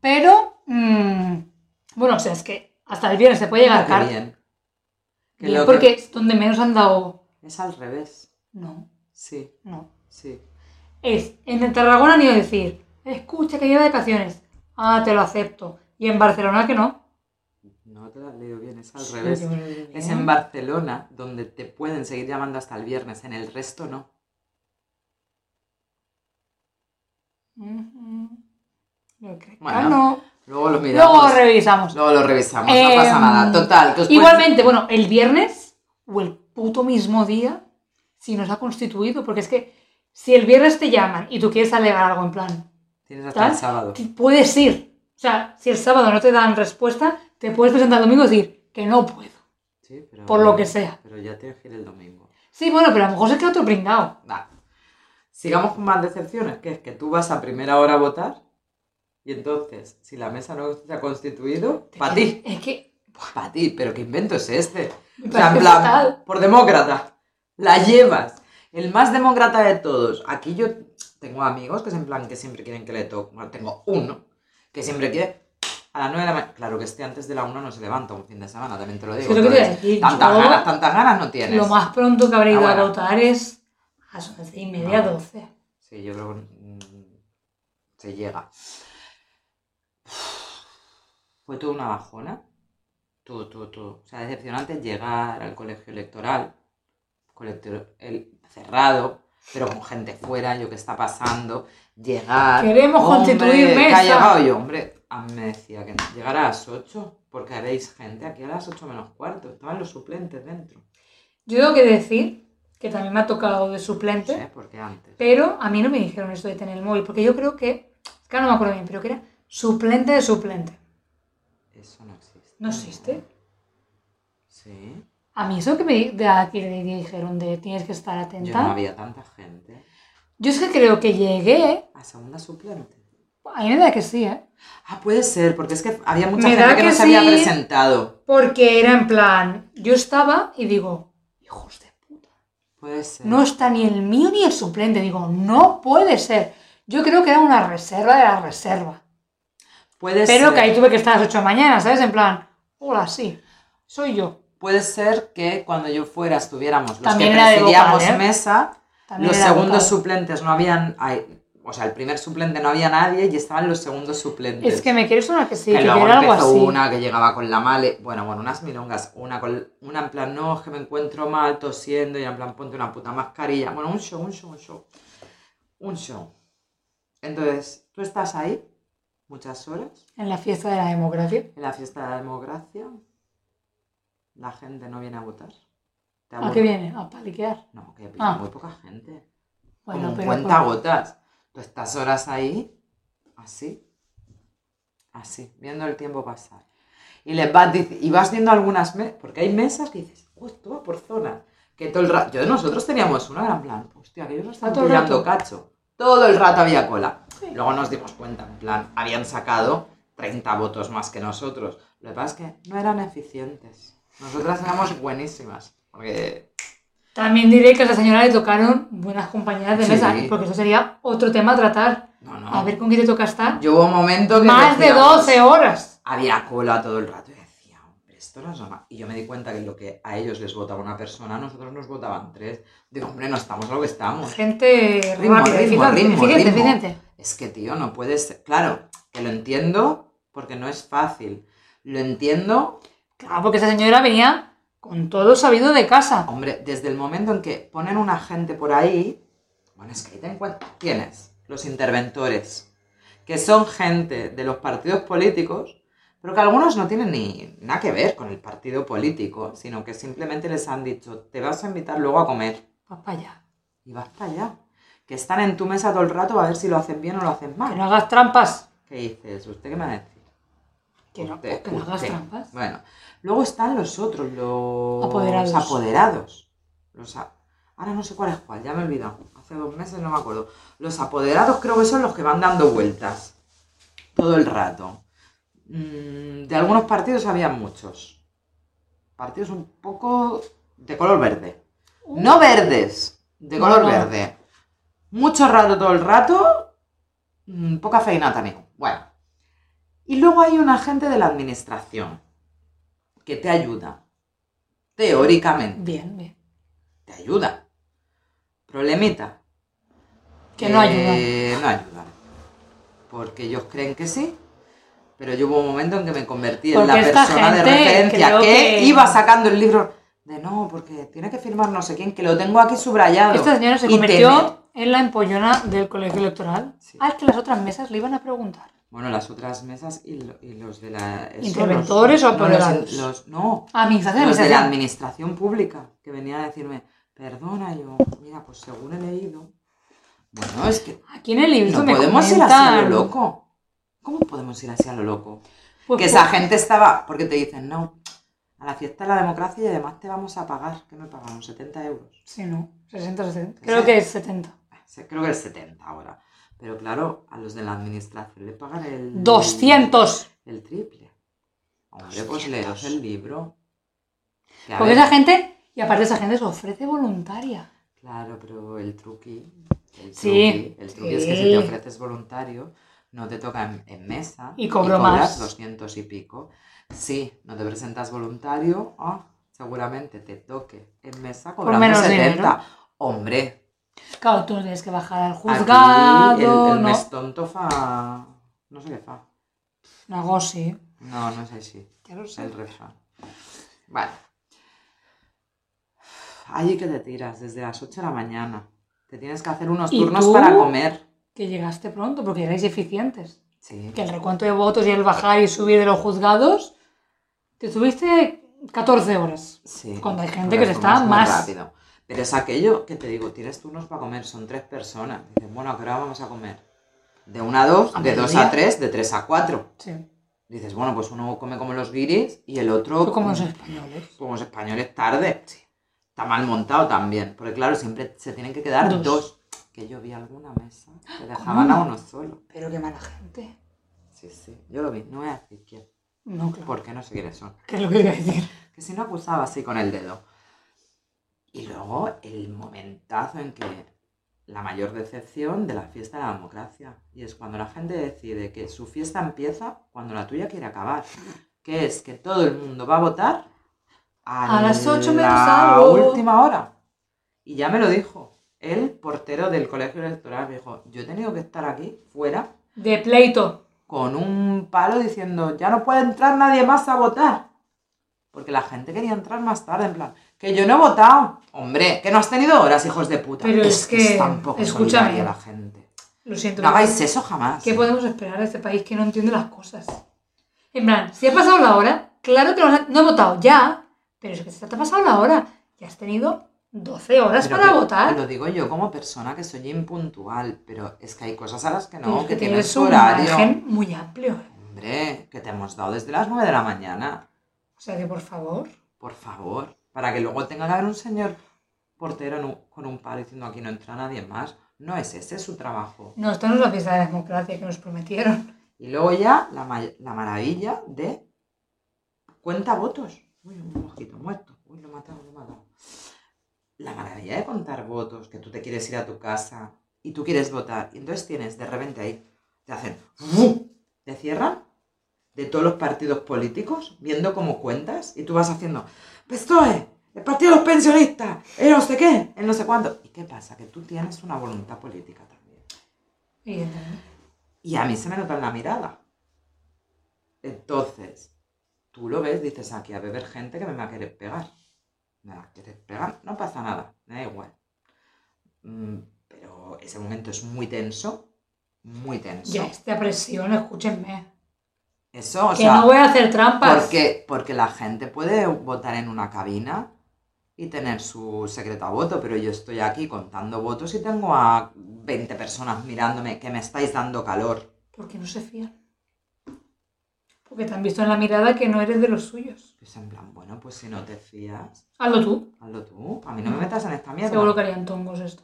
[SPEAKER 1] Pero, mm, bueno, o sea, es que hasta el viernes se puede llegar
[SPEAKER 2] Ah, Qué
[SPEAKER 1] tarde.
[SPEAKER 2] bien. Que
[SPEAKER 1] Bien,
[SPEAKER 2] lo que-
[SPEAKER 1] porque es donde menos han dado.
[SPEAKER 2] Es al revés.
[SPEAKER 1] No,
[SPEAKER 2] Sí,
[SPEAKER 1] no.
[SPEAKER 2] sí.
[SPEAKER 1] Es, en el Tarragona han ido a decir, escucha que lleva vacaciones. Ah, te lo acepto. Y en Barcelona que no.
[SPEAKER 2] No te lo has leído bien, es al
[SPEAKER 1] Sí,
[SPEAKER 2] revés.
[SPEAKER 1] que me lo digo
[SPEAKER 2] Es
[SPEAKER 1] bien.
[SPEAKER 2] en Barcelona donde te pueden seguir llamando hasta el viernes, en el resto no.
[SPEAKER 1] Ujú. Lo que-
[SPEAKER 2] Bueno,
[SPEAKER 1] ah, no.
[SPEAKER 2] Luego lo
[SPEAKER 1] Luego
[SPEAKER 2] miramos.
[SPEAKER 1] revisamos.
[SPEAKER 2] Luego lo revisamos,
[SPEAKER 1] Eh,
[SPEAKER 2] no pasa nada. Total, que os
[SPEAKER 1] Igualmente, bueno, el viernes o el puto mismo día, si nos ha constituido, porque es que si el viernes te llaman y tú quieres alegar algo en plan,
[SPEAKER 2] pueden- Tienes hasta el
[SPEAKER 1] tal,
[SPEAKER 2] sábado.
[SPEAKER 1] que puedes ir. O sea, si el sábado no te dan respuesta, te puedes presentar el domingo y decir que no puedo,
[SPEAKER 2] Sí, pero-
[SPEAKER 1] por lo que sea.
[SPEAKER 2] Pero ya tienes que ir el domingo.
[SPEAKER 1] Sí, bueno, pero a lo mejor se queda otro pringao.
[SPEAKER 2] Vale. Sigamos con más decepciones, que es que tú vas a primera hora a votar Y entonces, si la mesa no se ha constituido,
[SPEAKER 1] Te
[SPEAKER 2] para
[SPEAKER 1] quiero-
[SPEAKER 2] ti,
[SPEAKER 1] Es que.
[SPEAKER 2] para ti, pero ¿qué invento es este?
[SPEAKER 1] me
[SPEAKER 2] O sea, en
[SPEAKER 1] parece
[SPEAKER 2] plan,
[SPEAKER 1] fatal.
[SPEAKER 2] por demócrata, la llevas. El más demócrata de todos. Aquí yo tengo amigos que es en plan que siempre quieren que le toque. Bueno, tengo uno que siempre quiere a las 9 de la mañana. Claro que este antes de la 1 no se levanta un fin de semana, también te lo digo.
[SPEAKER 1] Es lo que te iba a
[SPEAKER 2] Entonces,
[SPEAKER 1] decir,
[SPEAKER 2] tantas
[SPEAKER 1] yo-
[SPEAKER 2] ganas, tantas ganas no tienes.
[SPEAKER 1] Lo más pronto que habré
[SPEAKER 2] Ah,
[SPEAKER 1] ido
[SPEAKER 2] bueno.
[SPEAKER 1] a votar es a las once y media,
[SPEAKER 2] Ah.
[SPEAKER 1] doce.
[SPEAKER 2] Sí, yo creo que mm, se llega. Fue toda una bajona. Todo, todo, todo. O sea, decepcionante llegar al colegio electoral, colegio el, cerrado, pero con gente fuera, yo qué está pasando. Llegar.
[SPEAKER 1] Queremos
[SPEAKER 2] hombre,
[SPEAKER 1] constituir
[SPEAKER 2] ¿qué
[SPEAKER 1] mesa.
[SPEAKER 2] ha llegado yo, hombre. A mí me decía que llegar a las 8, porque habéis gente aquí a las 8 menos cuarto. Estaban los suplentes dentro.
[SPEAKER 1] Yo tengo que decir que también me ha tocado de
[SPEAKER 2] No
[SPEAKER 1] suplente,
[SPEAKER 2] sé por qué ¿Eh? antes.
[SPEAKER 1] pero a mí no me dijeron esto de tener el móvil, porque yo creo que, es que ahora no me acuerdo bien, pero que era suplente de suplente.
[SPEAKER 2] Eso no existe.
[SPEAKER 1] ¿No existe?
[SPEAKER 2] Sí.
[SPEAKER 1] A mí eso que me di- de aquí le dijeron de tienes que estar
[SPEAKER 2] Yo
[SPEAKER 1] atenta.
[SPEAKER 2] no había tanta gente.
[SPEAKER 1] Yo es que creo que llegué, ¿eh?
[SPEAKER 2] A segunda suplente.
[SPEAKER 1] a mí me da que sí, ¿eh?
[SPEAKER 2] Ah, puede ser, porque es que había mucha
[SPEAKER 1] Me da
[SPEAKER 2] gente que, no
[SPEAKER 1] que
[SPEAKER 2] se había
[SPEAKER 1] sí.
[SPEAKER 2] presentado.
[SPEAKER 1] Porque era en plan, yo estaba y digo, hijos de puta,
[SPEAKER 2] Puede ser.
[SPEAKER 1] no está ni el mío ni el suplente. Digo, no puede ser. Yo creo que era una reserva de la reserva.
[SPEAKER 2] puede
[SPEAKER 1] Pero
[SPEAKER 2] ser.
[SPEAKER 1] que ahí tuve que estar a las 8 de la mañana, ¿sabes? En plan, hola, sí, soy yo.
[SPEAKER 2] Puede ser que cuando yo fuera estuviéramos los
[SPEAKER 1] También
[SPEAKER 2] que
[SPEAKER 1] era de
[SPEAKER 2] presidíamos
[SPEAKER 1] vocal, ¿eh?
[SPEAKER 2] mesa,
[SPEAKER 1] También
[SPEAKER 2] los
[SPEAKER 1] era
[SPEAKER 2] segundos
[SPEAKER 1] vocal.
[SPEAKER 2] suplentes no habían. ay, o sea, el primer suplente no había nadie y estaban los segundos suplentes.
[SPEAKER 1] Es que me quieres una que sí,
[SPEAKER 2] Que
[SPEAKER 1] que, yo
[SPEAKER 2] luego
[SPEAKER 1] era algo
[SPEAKER 2] empezó
[SPEAKER 1] así.
[SPEAKER 2] una que llegaba con la male. Bueno, bueno, unas milongas. Una, con, una en plan, no, es que me encuentro mal tosiendo y en plan, ponte una puta mascarilla. Bueno, un show, un show, un show. Un show. Entonces, tú estás ahí muchas horas
[SPEAKER 1] En la fiesta de la democracia.
[SPEAKER 2] en la fiesta de la democracia. La gente no viene a votar. Te
[SPEAKER 1] ¿A
[SPEAKER 2] aburre.
[SPEAKER 1] Ah, qué viene? A paliquear.
[SPEAKER 2] No, que
[SPEAKER 1] Ah.
[SPEAKER 2] muy poca gente.
[SPEAKER 1] Bueno,
[SPEAKER 2] como
[SPEAKER 1] pero.
[SPEAKER 2] cuenta
[SPEAKER 1] por-
[SPEAKER 2] gotas. Tú estás horas ahí, así, así, viendo el tiempo pasar. Y les vas, dic- y vas viendo algunas mesas, porque hay mesas que dices, justo por zona. Que todo el rato, yo nosotros teníamos una gran plan, hostia, que ellos nos están
[SPEAKER 1] todo el
[SPEAKER 2] pillando
[SPEAKER 1] rato.
[SPEAKER 2] cacho. Todo el rato había cola.
[SPEAKER 1] Sí.
[SPEAKER 2] Luego nos dimos cuenta, en plan, habían sacado 30 votos más que nosotros. Lo que pasa es que no eran eficientes. Nosotras éramos buenísimas. Porque
[SPEAKER 1] También diré que a esa señora le tocaron buenas compañías de
[SPEAKER 2] Sí.
[SPEAKER 1] mesa, porque eso sería otro tema a tratar.
[SPEAKER 2] No, no.
[SPEAKER 1] A ver con quién te toca estar.
[SPEAKER 2] Yo hubo un momento que.
[SPEAKER 1] Más de
[SPEAKER 2] decíamos,
[SPEAKER 1] 12 horas.
[SPEAKER 2] Había cola todo el rato y decía, hombre, esto no es normal. Y yo me di cuenta que lo que a ellos les votaba una persona, a nosotros nos votaban tres. Digo, hombre, no estamos a lo que estamos.
[SPEAKER 1] Gente
[SPEAKER 2] Ritmo,
[SPEAKER 1] rápida,
[SPEAKER 2] ritmo,
[SPEAKER 1] eficiente,
[SPEAKER 2] ritmo,
[SPEAKER 1] eficiente,
[SPEAKER 2] ritmo.
[SPEAKER 1] eficiente.
[SPEAKER 2] Es que, tío, no puede ser. Claro, que lo entiendo porque no es fácil. Lo entiendo,
[SPEAKER 1] Claro, porque esa señora venía con todo sabido de casa.
[SPEAKER 2] hombre, desde el momento en que ponen una gente por ahí, bueno, es que ahí te encuentras. Tienes los interventores, que son gente de los partidos políticos, pero que algunos no tienen ni nada que ver con el partido político, sino que simplemente les han dicho, te vas a invitar luego a comer.
[SPEAKER 1] Vas para allá.
[SPEAKER 2] Y vas para allá. Que están en tu mesa todo el rato a ver si lo haces bien o lo haces
[SPEAKER 1] Que
[SPEAKER 2] mal.
[SPEAKER 1] no hagas trampas.
[SPEAKER 2] ¿Qué dices? ¿Usted qué me va a decir?
[SPEAKER 1] Que no,
[SPEAKER 2] Usted,
[SPEAKER 1] que no hagas
[SPEAKER 2] usted.
[SPEAKER 1] trampas.
[SPEAKER 2] Bueno, luego están los otros, los
[SPEAKER 1] Apoderados.
[SPEAKER 2] apoderados. Los a- Ahora no sé cuál es cuál, ya me he olvidado. Hace dos meses no me acuerdo. Los apoderados creo que son los que van dando vueltas todo el rato. Mm, De algunos partidos había muchos. Partidos un poco de color verde. No verdes, de color
[SPEAKER 1] Uh. No.
[SPEAKER 2] verde. Mucho rato todo el rato, mm, poca feina también. Bueno. Y luego hay una gente de la administración que te ayuda. Teóricamente,
[SPEAKER 1] Bien, bien.
[SPEAKER 2] te ayuda. Problemita.
[SPEAKER 1] Que no ayuda.
[SPEAKER 2] Eh, No ayuda. Porque ellos creen que sí. Pero yo hubo un momento en que me convertí en
[SPEAKER 1] Porque
[SPEAKER 2] la
[SPEAKER 1] esta
[SPEAKER 2] persona de
[SPEAKER 1] gente,
[SPEAKER 2] referencia
[SPEAKER 1] creo
[SPEAKER 2] que,
[SPEAKER 1] que-
[SPEAKER 2] iba sacando el libro de no, porque tiene que firmar no sé quién, que lo tengo aquí subrayado.
[SPEAKER 1] Esta señora se
[SPEAKER 2] Y tener-
[SPEAKER 1] convirtió en la empollona del colegio electoral.
[SPEAKER 2] Sí.
[SPEAKER 1] Al que las otras mesas le iban a preguntar.
[SPEAKER 2] Bueno, las otras mesas y, lo- y los de la... eso, los-
[SPEAKER 1] ¿Interventores o
[SPEAKER 2] no, los-
[SPEAKER 1] apoderados?
[SPEAKER 2] los- no,
[SPEAKER 1] Administración,
[SPEAKER 2] los de la
[SPEAKER 1] administración.
[SPEAKER 2] administración pública que venían a decirme, perdona yo, mira, pues según he leído, bueno, es que
[SPEAKER 1] Aquí en el libro
[SPEAKER 2] no
[SPEAKER 1] me
[SPEAKER 2] podemos ir así a
[SPEAKER 1] comentan.
[SPEAKER 2] lo loco. ¿Cómo podemos ir así a lo loco?
[SPEAKER 1] Pues,
[SPEAKER 2] Que esa gente estaba, porque te dicen, no, a la fiesta de la democracia y además te vamos a pagar, que me pagaron 70 euros. Ah,
[SPEAKER 1] Sí, no. 60, 70.
[SPEAKER 2] Sí.
[SPEAKER 1] Creo que es 70.
[SPEAKER 2] Se- Creo que el 70 ahora. Pero claro, a los de la administración le pagan el...
[SPEAKER 1] 200.
[SPEAKER 2] El triple. Hombre, pues leeros el libro. Que a
[SPEAKER 1] Porque
[SPEAKER 2] ver,
[SPEAKER 1] esa gente, y aparte esa gente se ofrece voluntaria.
[SPEAKER 2] Claro, pero el truqui... El
[SPEAKER 1] Sí,
[SPEAKER 2] truqui, el truqui es que si te
[SPEAKER 1] sí.
[SPEAKER 2] ofreces voluntario, no te toca en, en mesa.
[SPEAKER 1] Y cobro
[SPEAKER 2] cobras
[SPEAKER 1] más.
[SPEAKER 2] 200 y pico. Si no te presentas voluntario, ah, seguramente te toque en mesa
[SPEAKER 1] Por
[SPEAKER 2] cobrando
[SPEAKER 1] menos
[SPEAKER 2] 70.
[SPEAKER 1] dinero.
[SPEAKER 2] Hombre,
[SPEAKER 1] Claro, tú no tienes que bajar al
[SPEAKER 2] Aquí,
[SPEAKER 1] juzgado,
[SPEAKER 2] el, el
[SPEAKER 1] no.
[SPEAKER 2] mes tonto fa... No sé qué fa.
[SPEAKER 1] Negoci.
[SPEAKER 2] No, no sé si.
[SPEAKER 1] Ja no ho
[SPEAKER 2] Es
[SPEAKER 1] sé.
[SPEAKER 2] el refrán. Vale. Allí que te tiras desde las 8 de la mañana. Te tienes que hacer unos
[SPEAKER 1] ¿Y
[SPEAKER 2] turnos
[SPEAKER 1] tú?
[SPEAKER 2] para comer.
[SPEAKER 1] Que llegaste pronto porque erais eficientes.
[SPEAKER 2] Sí.
[SPEAKER 1] Que el recuento de votos y el bajar y subir de los juzgados, te subiste 14 horas.
[SPEAKER 2] Sí.
[SPEAKER 1] Cuando hay gente
[SPEAKER 2] Pero
[SPEAKER 1] que se
[SPEAKER 2] como
[SPEAKER 1] está
[SPEAKER 2] es muy
[SPEAKER 1] más-
[SPEAKER 2] rápido. Pero es aquello que te digo, tienes turnos para comer, son tres personas. Dices, bueno, ¿a qué hora vamos a comer? De una a dos,
[SPEAKER 1] A
[SPEAKER 2] de dos
[SPEAKER 1] mediodía.
[SPEAKER 2] a tres, de tres a cuatro.
[SPEAKER 1] Sí.
[SPEAKER 2] Dices, bueno, pues uno come como los guiris y el otro...
[SPEAKER 1] Tú Pues como los
[SPEAKER 2] mm,
[SPEAKER 1] españoles.
[SPEAKER 2] como los españoles tarde. Está mal montado también, porque claro, siempre se tienen que quedar
[SPEAKER 1] Dos.
[SPEAKER 2] dos. Que yo vi alguna mesa que dejaban
[SPEAKER 1] ¿Cómo?
[SPEAKER 2] a uno solo.
[SPEAKER 1] Pero qué mala gente.
[SPEAKER 2] Sí, sí, yo lo vi. No voy a decir quién,
[SPEAKER 1] No, claro.
[SPEAKER 2] porque no sé quiénes son.
[SPEAKER 1] ¿Qué es lo que iba a decir?
[SPEAKER 2] Que si no acusaba así con el dedo. Y luego el momentazo en que la mayor decepción de la fiesta de la democracia. Y es cuando la gente decide que su fiesta empieza cuando la tuya quiere acabar. Que es que todo el mundo va a votar a,
[SPEAKER 1] A las ocho menos
[SPEAKER 2] la
[SPEAKER 1] algo.
[SPEAKER 2] última hora. Y ya me lo dijo. El portero del colegio electoral me dijo, yo he tenido que estar aquí fuera
[SPEAKER 1] De pleito.
[SPEAKER 2] con un palo diciendo, ya no puede entrar nadie más a votar. Porque la gente quería entrar más tarde, en plan, que yo no he votado. Hombre, que no has tenido horas, hijos de puta.
[SPEAKER 1] Pero es que,
[SPEAKER 2] tampoco
[SPEAKER 1] escúchame.
[SPEAKER 2] la gente.
[SPEAKER 1] Lo siento.
[SPEAKER 2] No hagáis eso jamás.
[SPEAKER 1] ¿Qué podemos esperar de este país que no entiende las cosas? En plan, si ha pasado la hora, claro que lo has- no he votado ya, pero es que se te ha pasado la hora. Ya has tenido 12 horas
[SPEAKER 2] Pero
[SPEAKER 1] para
[SPEAKER 2] que-
[SPEAKER 1] votar.
[SPEAKER 2] Lo digo yo como persona que soy impuntual, pero es que hay cosas a las que
[SPEAKER 1] Pero
[SPEAKER 2] no,
[SPEAKER 1] es
[SPEAKER 2] que
[SPEAKER 1] tienes
[SPEAKER 2] tienes su
[SPEAKER 1] un
[SPEAKER 2] horario.
[SPEAKER 1] margen muy amplio. ¿eh?
[SPEAKER 2] Hombre, que te hemos dado desde las 9 de la mañana.
[SPEAKER 1] O sea que, por favor,
[SPEAKER 2] Por favor. Para que luego tenga que haber un señor portero en un- con un palo diciendo aquí no entra nadie más. No es ese su trabajo.
[SPEAKER 1] no, esto no es la fiesta de la democracia que nos prometieron.
[SPEAKER 2] Y luego ya la, ma- la maravilla de cuenta votos. Uy, un mosquito muerto. Uy, lo he matado, lo he matado. La maravilla de contar votos, que tú te quieres ir a tu casa y tú quieres votar. Y entonces tienes de repente ahí, te hacen, ¡fu! te cierran de todos los partidos políticos, viendo cómo cuentas, y tú vas haciendo, PSOE, el partido de los pensionistas, el no sé qué, el no sé cuánto. ¿Y qué pasa? Que tú tienes una voluntad política también.
[SPEAKER 1] Evidentemente.
[SPEAKER 2] Y a mí se me nota en la mirada. Entonces, tú lo ves, dices, aquí a beber gente que me va a querer pegar. Me va a querer pegar, no pasa nada, me da igual. Mm, Pero ese momento es muy tenso, muy tenso.
[SPEAKER 1] Ya, esta presión, escúchenme.
[SPEAKER 2] Eso, o
[SPEAKER 1] que
[SPEAKER 2] sea,
[SPEAKER 1] no voy a hacer trampas.
[SPEAKER 2] porque, porque la gente puede votar en una cabina y tener su secreto a voto, pero yo estoy aquí contando votos y tengo a 20 personas mirándome que me estáis dando calor.
[SPEAKER 1] Porque no se fían. Porque te han visto en la mirada que no eres de los suyos.
[SPEAKER 2] Es en plan, bueno, pues si no te fías,
[SPEAKER 1] Hazlo tú.
[SPEAKER 2] hazlo tú. A mí no me metas en esta mierda.
[SPEAKER 1] Seguro que harían tongos esto.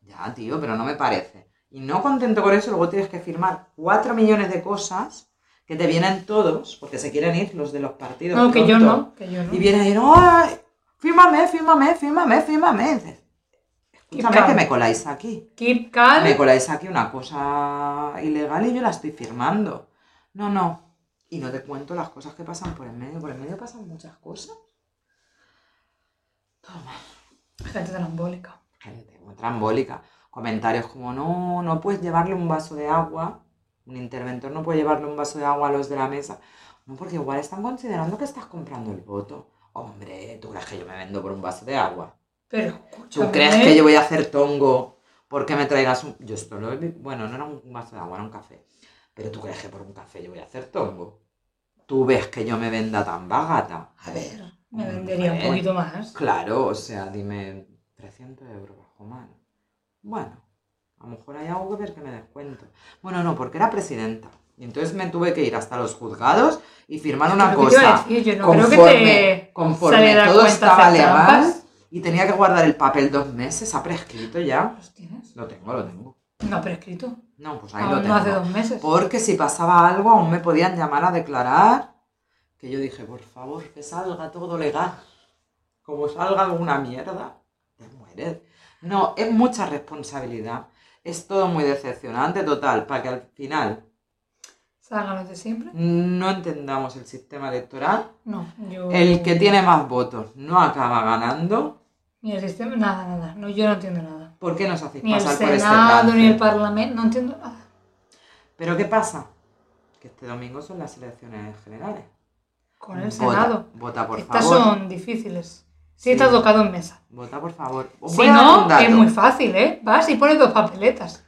[SPEAKER 2] Ya, tío, pero no me parece. Y no contento con eso, luego tienes que firmar cuatro millones de cosas que te vienen todos, porque se quieren ir los de los partidos.
[SPEAKER 1] No, que yo
[SPEAKER 2] pronto.
[SPEAKER 1] no, que yo no.
[SPEAKER 2] Y vienen ahí, ¡ay! Fírmame, fírmame, fírmame, fírmame. Y dices, Escúchame que
[SPEAKER 1] cabrón.
[SPEAKER 2] me coláis aquí.
[SPEAKER 1] Keep calm.
[SPEAKER 2] me coláis aquí una cosa ilegal y yo la estoy firmando. No, no. Y no te cuento las cosas que pasan por el medio. Por el medio pasan muchas cosas. Todo mal.
[SPEAKER 1] Gente trambólica.
[SPEAKER 2] Gente muy trambólica. Comentarios como, no, no puedes llevarle un vaso de agua. Un interventor no puede llevarle un vaso de agua a los de la mesa. No, porque igual están considerando que estás comprando el voto. Hombre, ¿tú crees que yo me vendo por un vaso de agua?
[SPEAKER 1] Pero
[SPEAKER 2] ¿Tú
[SPEAKER 1] escúchame.
[SPEAKER 2] crees que yo voy a hacer tongo porque me traigas un... Yo esto lo he vi- Bueno, no era un vaso de agua, era un café. Pero tú crees que por un café yo voy a hacer tongo. Tú ves que yo me venda tan bagata.
[SPEAKER 1] A ver, me vendería un
[SPEAKER 2] Hombre.
[SPEAKER 1] poquito más.
[SPEAKER 2] Claro, o sea, dime 300 euros bajo mano. Bueno, a lo mejor hay algo que ver que me descuento. Bueno, no, porque era presidenta. Y entonces me tuve que ir hasta los juzgados y firmar una
[SPEAKER 1] Lo que te iba a
[SPEAKER 2] cosa.
[SPEAKER 1] decir, yo no creo
[SPEAKER 2] conforme
[SPEAKER 1] que te
[SPEAKER 2] conforme
[SPEAKER 1] saliera a
[SPEAKER 2] todo
[SPEAKER 1] cuenta
[SPEAKER 2] estaba
[SPEAKER 1] hacer
[SPEAKER 2] legal
[SPEAKER 1] trampas.
[SPEAKER 2] y tenía que guardar el papel dos meses, ha prescrito ya.
[SPEAKER 1] ¿Los tienes?
[SPEAKER 2] Lo tengo, lo tengo.
[SPEAKER 1] No, pero escrito.
[SPEAKER 2] No, pues ahí
[SPEAKER 1] Aún
[SPEAKER 2] lo
[SPEAKER 1] no
[SPEAKER 2] tengo.
[SPEAKER 1] hace dos meses.
[SPEAKER 2] Porque si pasaba algo, aún me podían llamar a declarar. Que yo dije, por favor, que salga todo legal. Como salga alguna mierda, te mueres. No, es mucha responsabilidad. Es todo muy decepcionante, total, para que al final
[SPEAKER 1] Salgan los de siempre.
[SPEAKER 2] no entendamos el sistema electoral.
[SPEAKER 1] No, yo.
[SPEAKER 2] El que tiene más votos no acaba ganando.
[SPEAKER 1] Ni el sistema, nada, nada. No, yo no entiendo nada.
[SPEAKER 2] ¿Por qué nos hacéis
[SPEAKER 1] Ni el
[SPEAKER 2] pasar por este
[SPEAKER 1] Senado, ni
[SPEAKER 2] trance?
[SPEAKER 1] el Parlamento, no entiendo nada.
[SPEAKER 2] Pero ¿qué pasa? Que este domingo son las elecciones generales.
[SPEAKER 1] Con el
[SPEAKER 2] Vota-
[SPEAKER 1] Senado.
[SPEAKER 2] Vota, por
[SPEAKER 1] Estas
[SPEAKER 2] favor.
[SPEAKER 1] son difíciles. Sí,
[SPEAKER 2] Sí.
[SPEAKER 1] está tocado en mesa.
[SPEAKER 2] Vota, por favor. Os voy
[SPEAKER 1] Si
[SPEAKER 2] a dar un
[SPEAKER 1] no,
[SPEAKER 2] dato.
[SPEAKER 1] es muy fácil, ¿eh? Vas y pones dos papeletas.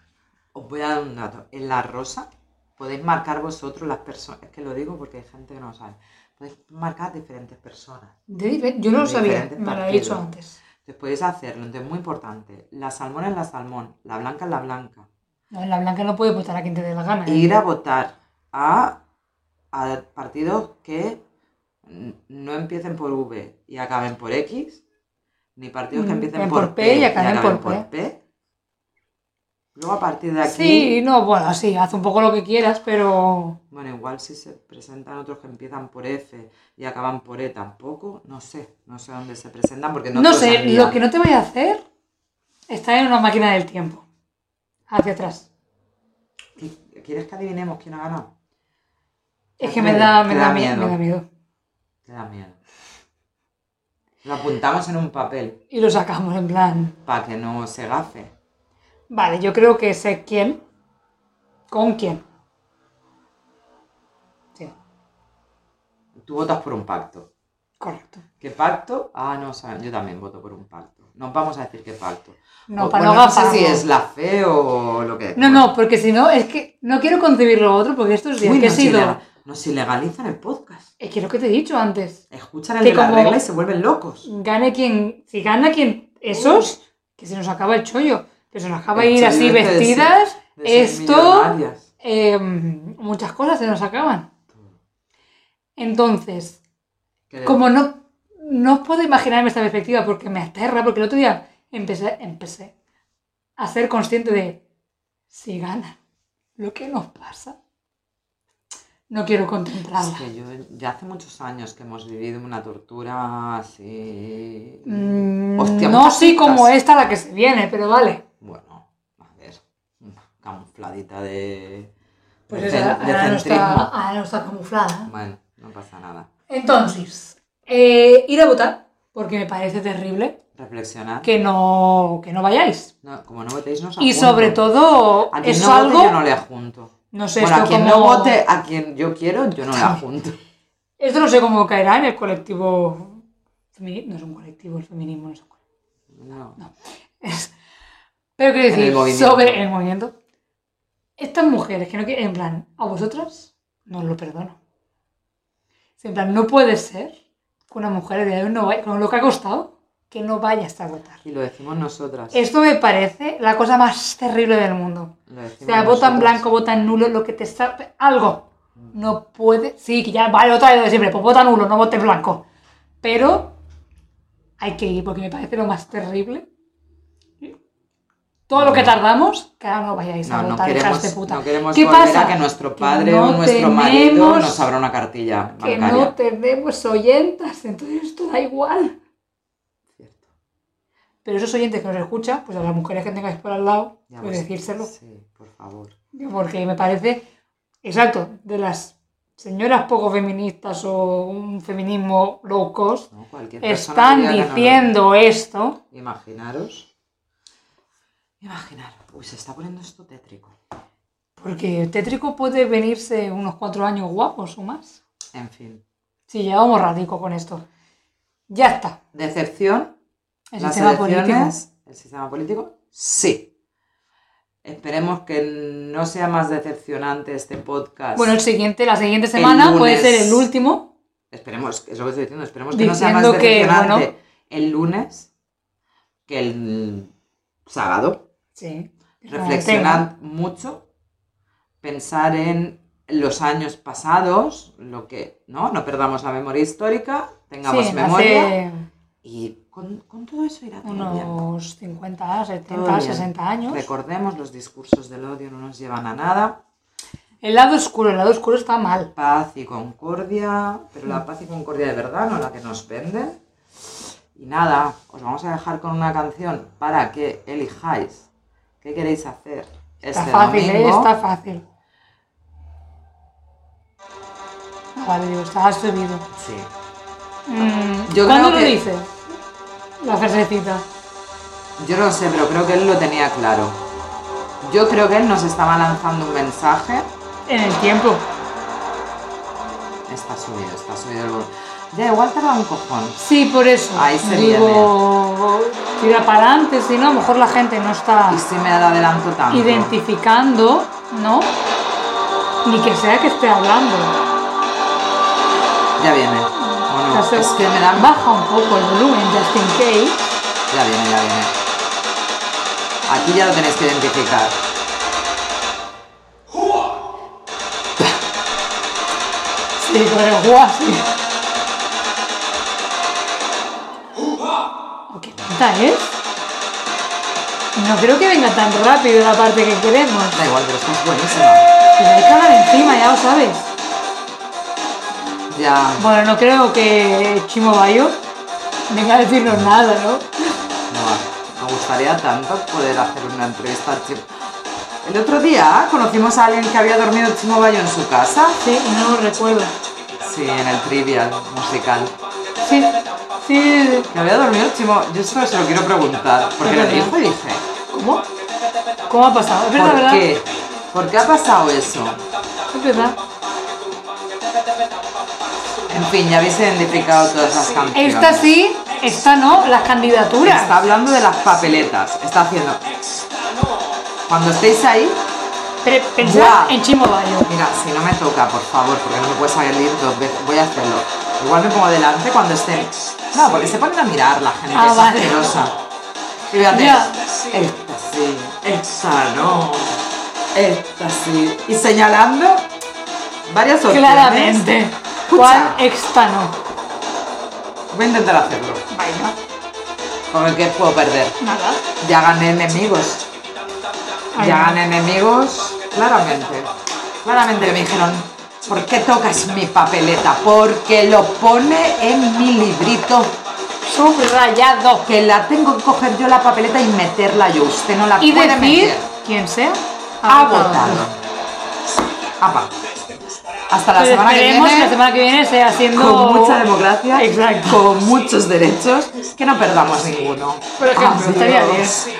[SPEAKER 2] Os voy a dar un dato. En la rosa podéis marcar vosotros las personas. Es que lo digo porque hay gente que no lo sabe. Podéis marcar diferentes personas.
[SPEAKER 1] De dife- yo no lo
[SPEAKER 2] De
[SPEAKER 1] sabía,
[SPEAKER 2] diferentes
[SPEAKER 1] me lo he
[SPEAKER 2] partidos.
[SPEAKER 1] dicho antes.
[SPEAKER 2] Entonces podéis hacerlo. Entonces, muy importante. La salmón es la salmón. La blanca es la blanca.
[SPEAKER 1] No, en la blanca no puede votar a quien te dé la gana.
[SPEAKER 2] E
[SPEAKER 1] ¿eh?
[SPEAKER 2] ir a votar a, a partidos que n- no empiecen por V y acaben por X, ni partidos que
[SPEAKER 1] Mm,
[SPEAKER 2] empiecen
[SPEAKER 1] en
[SPEAKER 2] por,
[SPEAKER 1] por P y acaben por
[SPEAKER 2] P. Luego a partir de aquí,
[SPEAKER 1] Sí, no, bueno, sí, haz un poco lo que quieras, pero
[SPEAKER 2] bueno, igual si se presentan otros que empiezan por F y acaban por E tampoco, no sé, no sé dónde se presentan porque no,
[SPEAKER 1] no,
[SPEAKER 2] te
[SPEAKER 1] sé,
[SPEAKER 2] sabía.
[SPEAKER 1] lo que no te voy a hacer está en una máquina del tiempo. Hacia atrás.
[SPEAKER 2] ¿Qui- ¿Quieres que adivinemos quién ha ganado?
[SPEAKER 1] Es
[SPEAKER 2] Te
[SPEAKER 1] que me
[SPEAKER 2] atreves,
[SPEAKER 1] da,
[SPEAKER 2] te
[SPEAKER 1] me
[SPEAKER 2] da
[SPEAKER 1] da, miedo.
[SPEAKER 2] miedo.
[SPEAKER 1] me da miedo.
[SPEAKER 2] Te da miedo. Lo apuntamos en un papel
[SPEAKER 1] Y lo sacamos en plan.
[SPEAKER 2] para que no se gafe.
[SPEAKER 1] Vale, yo creo que sé quién. ¿Con quién? Sí,
[SPEAKER 2] Tú votas por un pacto.
[SPEAKER 1] correcto.
[SPEAKER 2] ¿Qué pacto? Ah, no, o sea, yo también voto por un pacto. Nos vamos a decir qué pacto.
[SPEAKER 1] No,
[SPEAKER 2] O-
[SPEAKER 1] para
[SPEAKER 2] bueno,
[SPEAKER 1] no
[SPEAKER 2] no sé
[SPEAKER 1] gafarlo.
[SPEAKER 2] si es la fe o lo que es.
[SPEAKER 1] No, no, porque si no, es que no quiero concebir lo otro porque estos días
[SPEAKER 2] Uy,
[SPEAKER 1] que he
[SPEAKER 2] nos,
[SPEAKER 1] sido.
[SPEAKER 2] ilega- nos ilegalizan el podcast.
[SPEAKER 1] Es que lo que te he dicho antes.
[SPEAKER 2] Escuchan el
[SPEAKER 1] Que
[SPEAKER 2] de la
[SPEAKER 1] como-
[SPEAKER 2] regla y se vuelven locos.
[SPEAKER 1] Gane quien. Si gana quien. Esos. Que se nos acaba el chollo. Que se nos acaba
[SPEAKER 2] El
[SPEAKER 1] ir
[SPEAKER 2] chollo
[SPEAKER 1] así
[SPEAKER 2] este de ser-
[SPEAKER 1] vestidas.
[SPEAKER 2] De ser
[SPEAKER 1] Esto-
[SPEAKER 2] millonarias.
[SPEAKER 1] eh, muchas cosas se nos acaban. Entonces,
[SPEAKER 2] Que-
[SPEAKER 1] Como no, no os puedo imaginarme esta perspectiva porque me aterra, porque el otro día empecé, empecé a ser consciente de si ganan, lo que nos pasa. No quiero
[SPEAKER 2] Es
[SPEAKER 1] contemplarla.
[SPEAKER 2] que yo ya hace muchos años que hemos vivido una tortura así.
[SPEAKER 1] Mm,
[SPEAKER 2] Hostia,
[SPEAKER 1] no
[SPEAKER 2] muchas
[SPEAKER 1] sí como
[SPEAKER 2] citas.
[SPEAKER 1] esta la que se viene, pero vale.
[SPEAKER 2] Bueno, a ver. Una camufladita de.
[SPEAKER 1] Pues
[SPEAKER 2] de
[SPEAKER 1] esa,
[SPEAKER 2] cen- de
[SPEAKER 1] ahora, no está,
[SPEAKER 2] centrismo.
[SPEAKER 1] ahora no está camuflada.
[SPEAKER 2] Bueno, no pasa nada.
[SPEAKER 1] Entonces, eh, ir a votar, porque me parece terrible
[SPEAKER 2] Reflexionar.
[SPEAKER 1] que no, que no vayáis.
[SPEAKER 2] No, como no votéis, no os
[SPEAKER 1] Y
[SPEAKER 2] adjunto.
[SPEAKER 1] sobre todo,
[SPEAKER 2] Ah, a quien
[SPEAKER 1] es
[SPEAKER 2] no vote,
[SPEAKER 1] algo...
[SPEAKER 2] yo no le adjunto.
[SPEAKER 1] no sé,
[SPEAKER 2] Bueno, a
[SPEAKER 1] esto
[SPEAKER 2] quien
[SPEAKER 1] como-
[SPEAKER 2] no vote, a quien yo quiero, yo no le adjunto.
[SPEAKER 1] Esto no sé cómo caerá en el colectivo. femi- No es un colectivo, el feminismo no es un colectivo.
[SPEAKER 2] No.
[SPEAKER 1] Es- Pero quiero
[SPEAKER 2] En
[SPEAKER 1] decir,
[SPEAKER 2] el movimiento.
[SPEAKER 1] sobre el movimiento. Estas mujeres que no quieren, en plan, a vosotras no os lo perdono. Es En plan, no puede ser que una mujer de hoy no vaya, con lo que ha costado, que no vaya hasta votar.
[SPEAKER 2] Y lo decimos nosotras.
[SPEAKER 1] Esto me parece la cosa más terrible del mundo.
[SPEAKER 2] Lo decimos
[SPEAKER 1] O sea, votan
[SPEAKER 2] nosotras.
[SPEAKER 1] blanco, votan nulo, lo que te sabe, algo. No puede, sí, que ya vale otra vez de siempre, pues vota nulo, no vote blanco. Pero hay que ir, porque me parece lo más terrible. Todo lo que tardamos, que ahora no vayáis a
[SPEAKER 2] No, no
[SPEAKER 1] votar, hijas
[SPEAKER 2] queremos,
[SPEAKER 1] de puta.
[SPEAKER 2] no queremos
[SPEAKER 1] ¿Qué
[SPEAKER 2] volver
[SPEAKER 1] pasa?
[SPEAKER 2] a que nuestro padre
[SPEAKER 1] no
[SPEAKER 2] o nuestro marido
[SPEAKER 1] tenemos-
[SPEAKER 2] nos abra una cartilla
[SPEAKER 1] que
[SPEAKER 2] bancaria.
[SPEAKER 1] no tenemos oyentas, entonces esto da igual.
[SPEAKER 2] Cierto.
[SPEAKER 1] Pero esos oyentes que nos escuchan, pues a las mujeres que tengáis por al lado,
[SPEAKER 2] Ya
[SPEAKER 1] pues
[SPEAKER 2] ves.
[SPEAKER 1] decírselo.
[SPEAKER 2] Sí, por favor.
[SPEAKER 1] Porque me parece, exacto, de las señoras poco feministas o un feminismo low cost,
[SPEAKER 2] No, cualquier persona
[SPEAKER 1] están
[SPEAKER 2] que diga que no lo-
[SPEAKER 1] diciendo esto.
[SPEAKER 2] Imaginaros. Imaginaros. Uy, se está poniendo esto tétrico.
[SPEAKER 1] Porque tétrico puede venirse unos cuatro años guapos o más.
[SPEAKER 2] En fin.
[SPEAKER 1] Si llevamos radico con esto. Ya está.
[SPEAKER 2] Decepción
[SPEAKER 1] El
[SPEAKER 2] las
[SPEAKER 1] sistema político.
[SPEAKER 2] elecciones, el sistema político, sí. Esperemos que no sea más decepcionante este podcast.
[SPEAKER 1] Bueno, el siguiente, la siguiente semana puede
[SPEAKER 2] lunes.
[SPEAKER 1] ser el último.
[SPEAKER 2] esperemos, es lo que estoy diciendo, esperemos que no sea más
[SPEAKER 1] Diciendo que,
[SPEAKER 2] decepcionante
[SPEAKER 1] bueno.
[SPEAKER 2] el lunes que el sábado.
[SPEAKER 1] Sí.
[SPEAKER 2] Reflexionad mucho, pensar en los años pasados, lo que, ¿no? No perdamos la memoria histórica,
[SPEAKER 1] Sí,
[SPEAKER 2] tengamos memoria
[SPEAKER 1] hace-
[SPEAKER 2] y Con, con todo eso irá todo bien.
[SPEAKER 1] Unos 50, 70,
[SPEAKER 2] Todo bien.
[SPEAKER 1] 60 años.
[SPEAKER 2] Recordemos, los discursos del odio no nos llevan a nada.
[SPEAKER 1] El lado oscuro, el lado oscuro está mal.
[SPEAKER 2] Paz y concordia, pero
[SPEAKER 1] Mm.
[SPEAKER 2] la paz y concordia de verdad, no la que nos venden. Y nada, os vamos a dejar con una canción para que elijáis qué queréis hacer
[SPEAKER 1] Está
[SPEAKER 2] este
[SPEAKER 1] fácil, ¿eh?
[SPEAKER 2] domingo.
[SPEAKER 1] está fácil. Ah, vale, digo, está subido.
[SPEAKER 2] Sí.
[SPEAKER 1] Mm,
[SPEAKER 2] Yo
[SPEAKER 1] ¿Cuándo
[SPEAKER 2] creo
[SPEAKER 1] lo
[SPEAKER 2] que-
[SPEAKER 1] dices? La frasecita.
[SPEAKER 2] Yo no sé, pero creo que él lo tenía claro. Yo creo que él nos estaba lanzando un mensaje.
[SPEAKER 1] En el tiempo.
[SPEAKER 2] Está subido, está subido el volumen. Ya, igual tarda un cojón.
[SPEAKER 1] Sí, por eso.
[SPEAKER 2] Ahí se
[SPEAKER 1] Digo, tira para adelante, si no, a lo mejor la gente no está
[SPEAKER 2] Y si me adelanto tanto.
[SPEAKER 1] identificando, ¿no? Ni que sea que esté hablando.
[SPEAKER 2] Ya viene.
[SPEAKER 1] O
[SPEAKER 2] Bueno,
[SPEAKER 1] sea,
[SPEAKER 2] es que me dan...
[SPEAKER 1] Baja un poco el volumen, just in case.
[SPEAKER 2] Ya viene, ya viene. Aquí ya lo tenéis que identificar.
[SPEAKER 1] Sí, pero guasi. ¿Qué tanta es? ¿eh? No creo que venga tan rápido la parte que queremos.
[SPEAKER 2] Da igual, pero esto es buenísimo.
[SPEAKER 1] Pero hay que hablar encima, ya lo sabes.
[SPEAKER 2] Ya,
[SPEAKER 1] Bueno, no creo que Chimo Bayo venga a decirnos nada, ¿no?
[SPEAKER 2] no, me gustaría tanto poder hacer una entrevista al Chimo. El otro día conocimos a alguien que había dormido el Chimo Bayo en su casa.
[SPEAKER 1] Sí, y no lo recuerdo.
[SPEAKER 2] Sí, en el trivial musical.
[SPEAKER 1] Sí, sí, sí.
[SPEAKER 2] Que había dormido el Chimo. Yo esto se lo quiero preguntar. Porque
[SPEAKER 1] Es
[SPEAKER 2] le
[SPEAKER 1] verdad.
[SPEAKER 2] dijo y dije,
[SPEAKER 1] ¿Cómo? ¿Cómo ha pasado? Es verdad,
[SPEAKER 2] ¿por
[SPEAKER 1] ¿verdad?
[SPEAKER 2] qué? ¿Por qué ha pasado eso?
[SPEAKER 1] Es verdad.
[SPEAKER 2] En fin, ya habéis identificado todas las canciones.
[SPEAKER 1] Esta sí, esta no, las candidaturas.
[SPEAKER 2] Está hablando de las papeletas. Está haciendo. Cuando estéis ahí,
[SPEAKER 1] Pero pensad
[SPEAKER 2] Buah.
[SPEAKER 1] en Chimo Bayo.
[SPEAKER 2] mira, si no me toca, por favor, porque no me puede salir dos veces. Voy a hacerlo. Igual me pongo delante cuando estén. No, porque se ponen a mirar la gente,
[SPEAKER 1] Ah,
[SPEAKER 2] es
[SPEAKER 1] vale.
[SPEAKER 2] asquerosa. Y voy a hacer,
[SPEAKER 1] Ya.
[SPEAKER 2] Esta sí, esta no, esta sí. Y señalando varias opciones.
[SPEAKER 1] Claramente.
[SPEAKER 2] Escucha.
[SPEAKER 1] ¿Cuál extano?
[SPEAKER 2] Voy a intentar hacerlo.
[SPEAKER 1] Vaya,
[SPEAKER 2] Con el que puedo perder.
[SPEAKER 1] nada.
[SPEAKER 2] Ya gané enemigos.
[SPEAKER 1] Ay,
[SPEAKER 2] ya
[SPEAKER 1] no.
[SPEAKER 2] gané enemigos, claramente. Claramente que me dijeron, ¿por qué tocas mi papeleta? Porque lo pone en mi librito,
[SPEAKER 1] Subrayado.
[SPEAKER 2] que la tengo que coger yo la papeleta y meterla yo. Usted no la
[SPEAKER 1] Y
[SPEAKER 2] puede
[SPEAKER 1] decir Ah,
[SPEAKER 2] meter.
[SPEAKER 1] quien sea.
[SPEAKER 2] Ha
[SPEAKER 1] votado.
[SPEAKER 2] votado. Apa. Hasta la
[SPEAKER 1] Pero
[SPEAKER 2] semana que
[SPEAKER 1] Pues esperemos
[SPEAKER 2] viene.
[SPEAKER 1] que la semana que viene sea haciendo.
[SPEAKER 2] Con mucha democracia,
[SPEAKER 1] Exacto.
[SPEAKER 2] con muchos derechos, que no perdamos ninguno.
[SPEAKER 1] Por ejemplo,
[SPEAKER 2] Adiós.
[SPEAKER 1] estaría bien.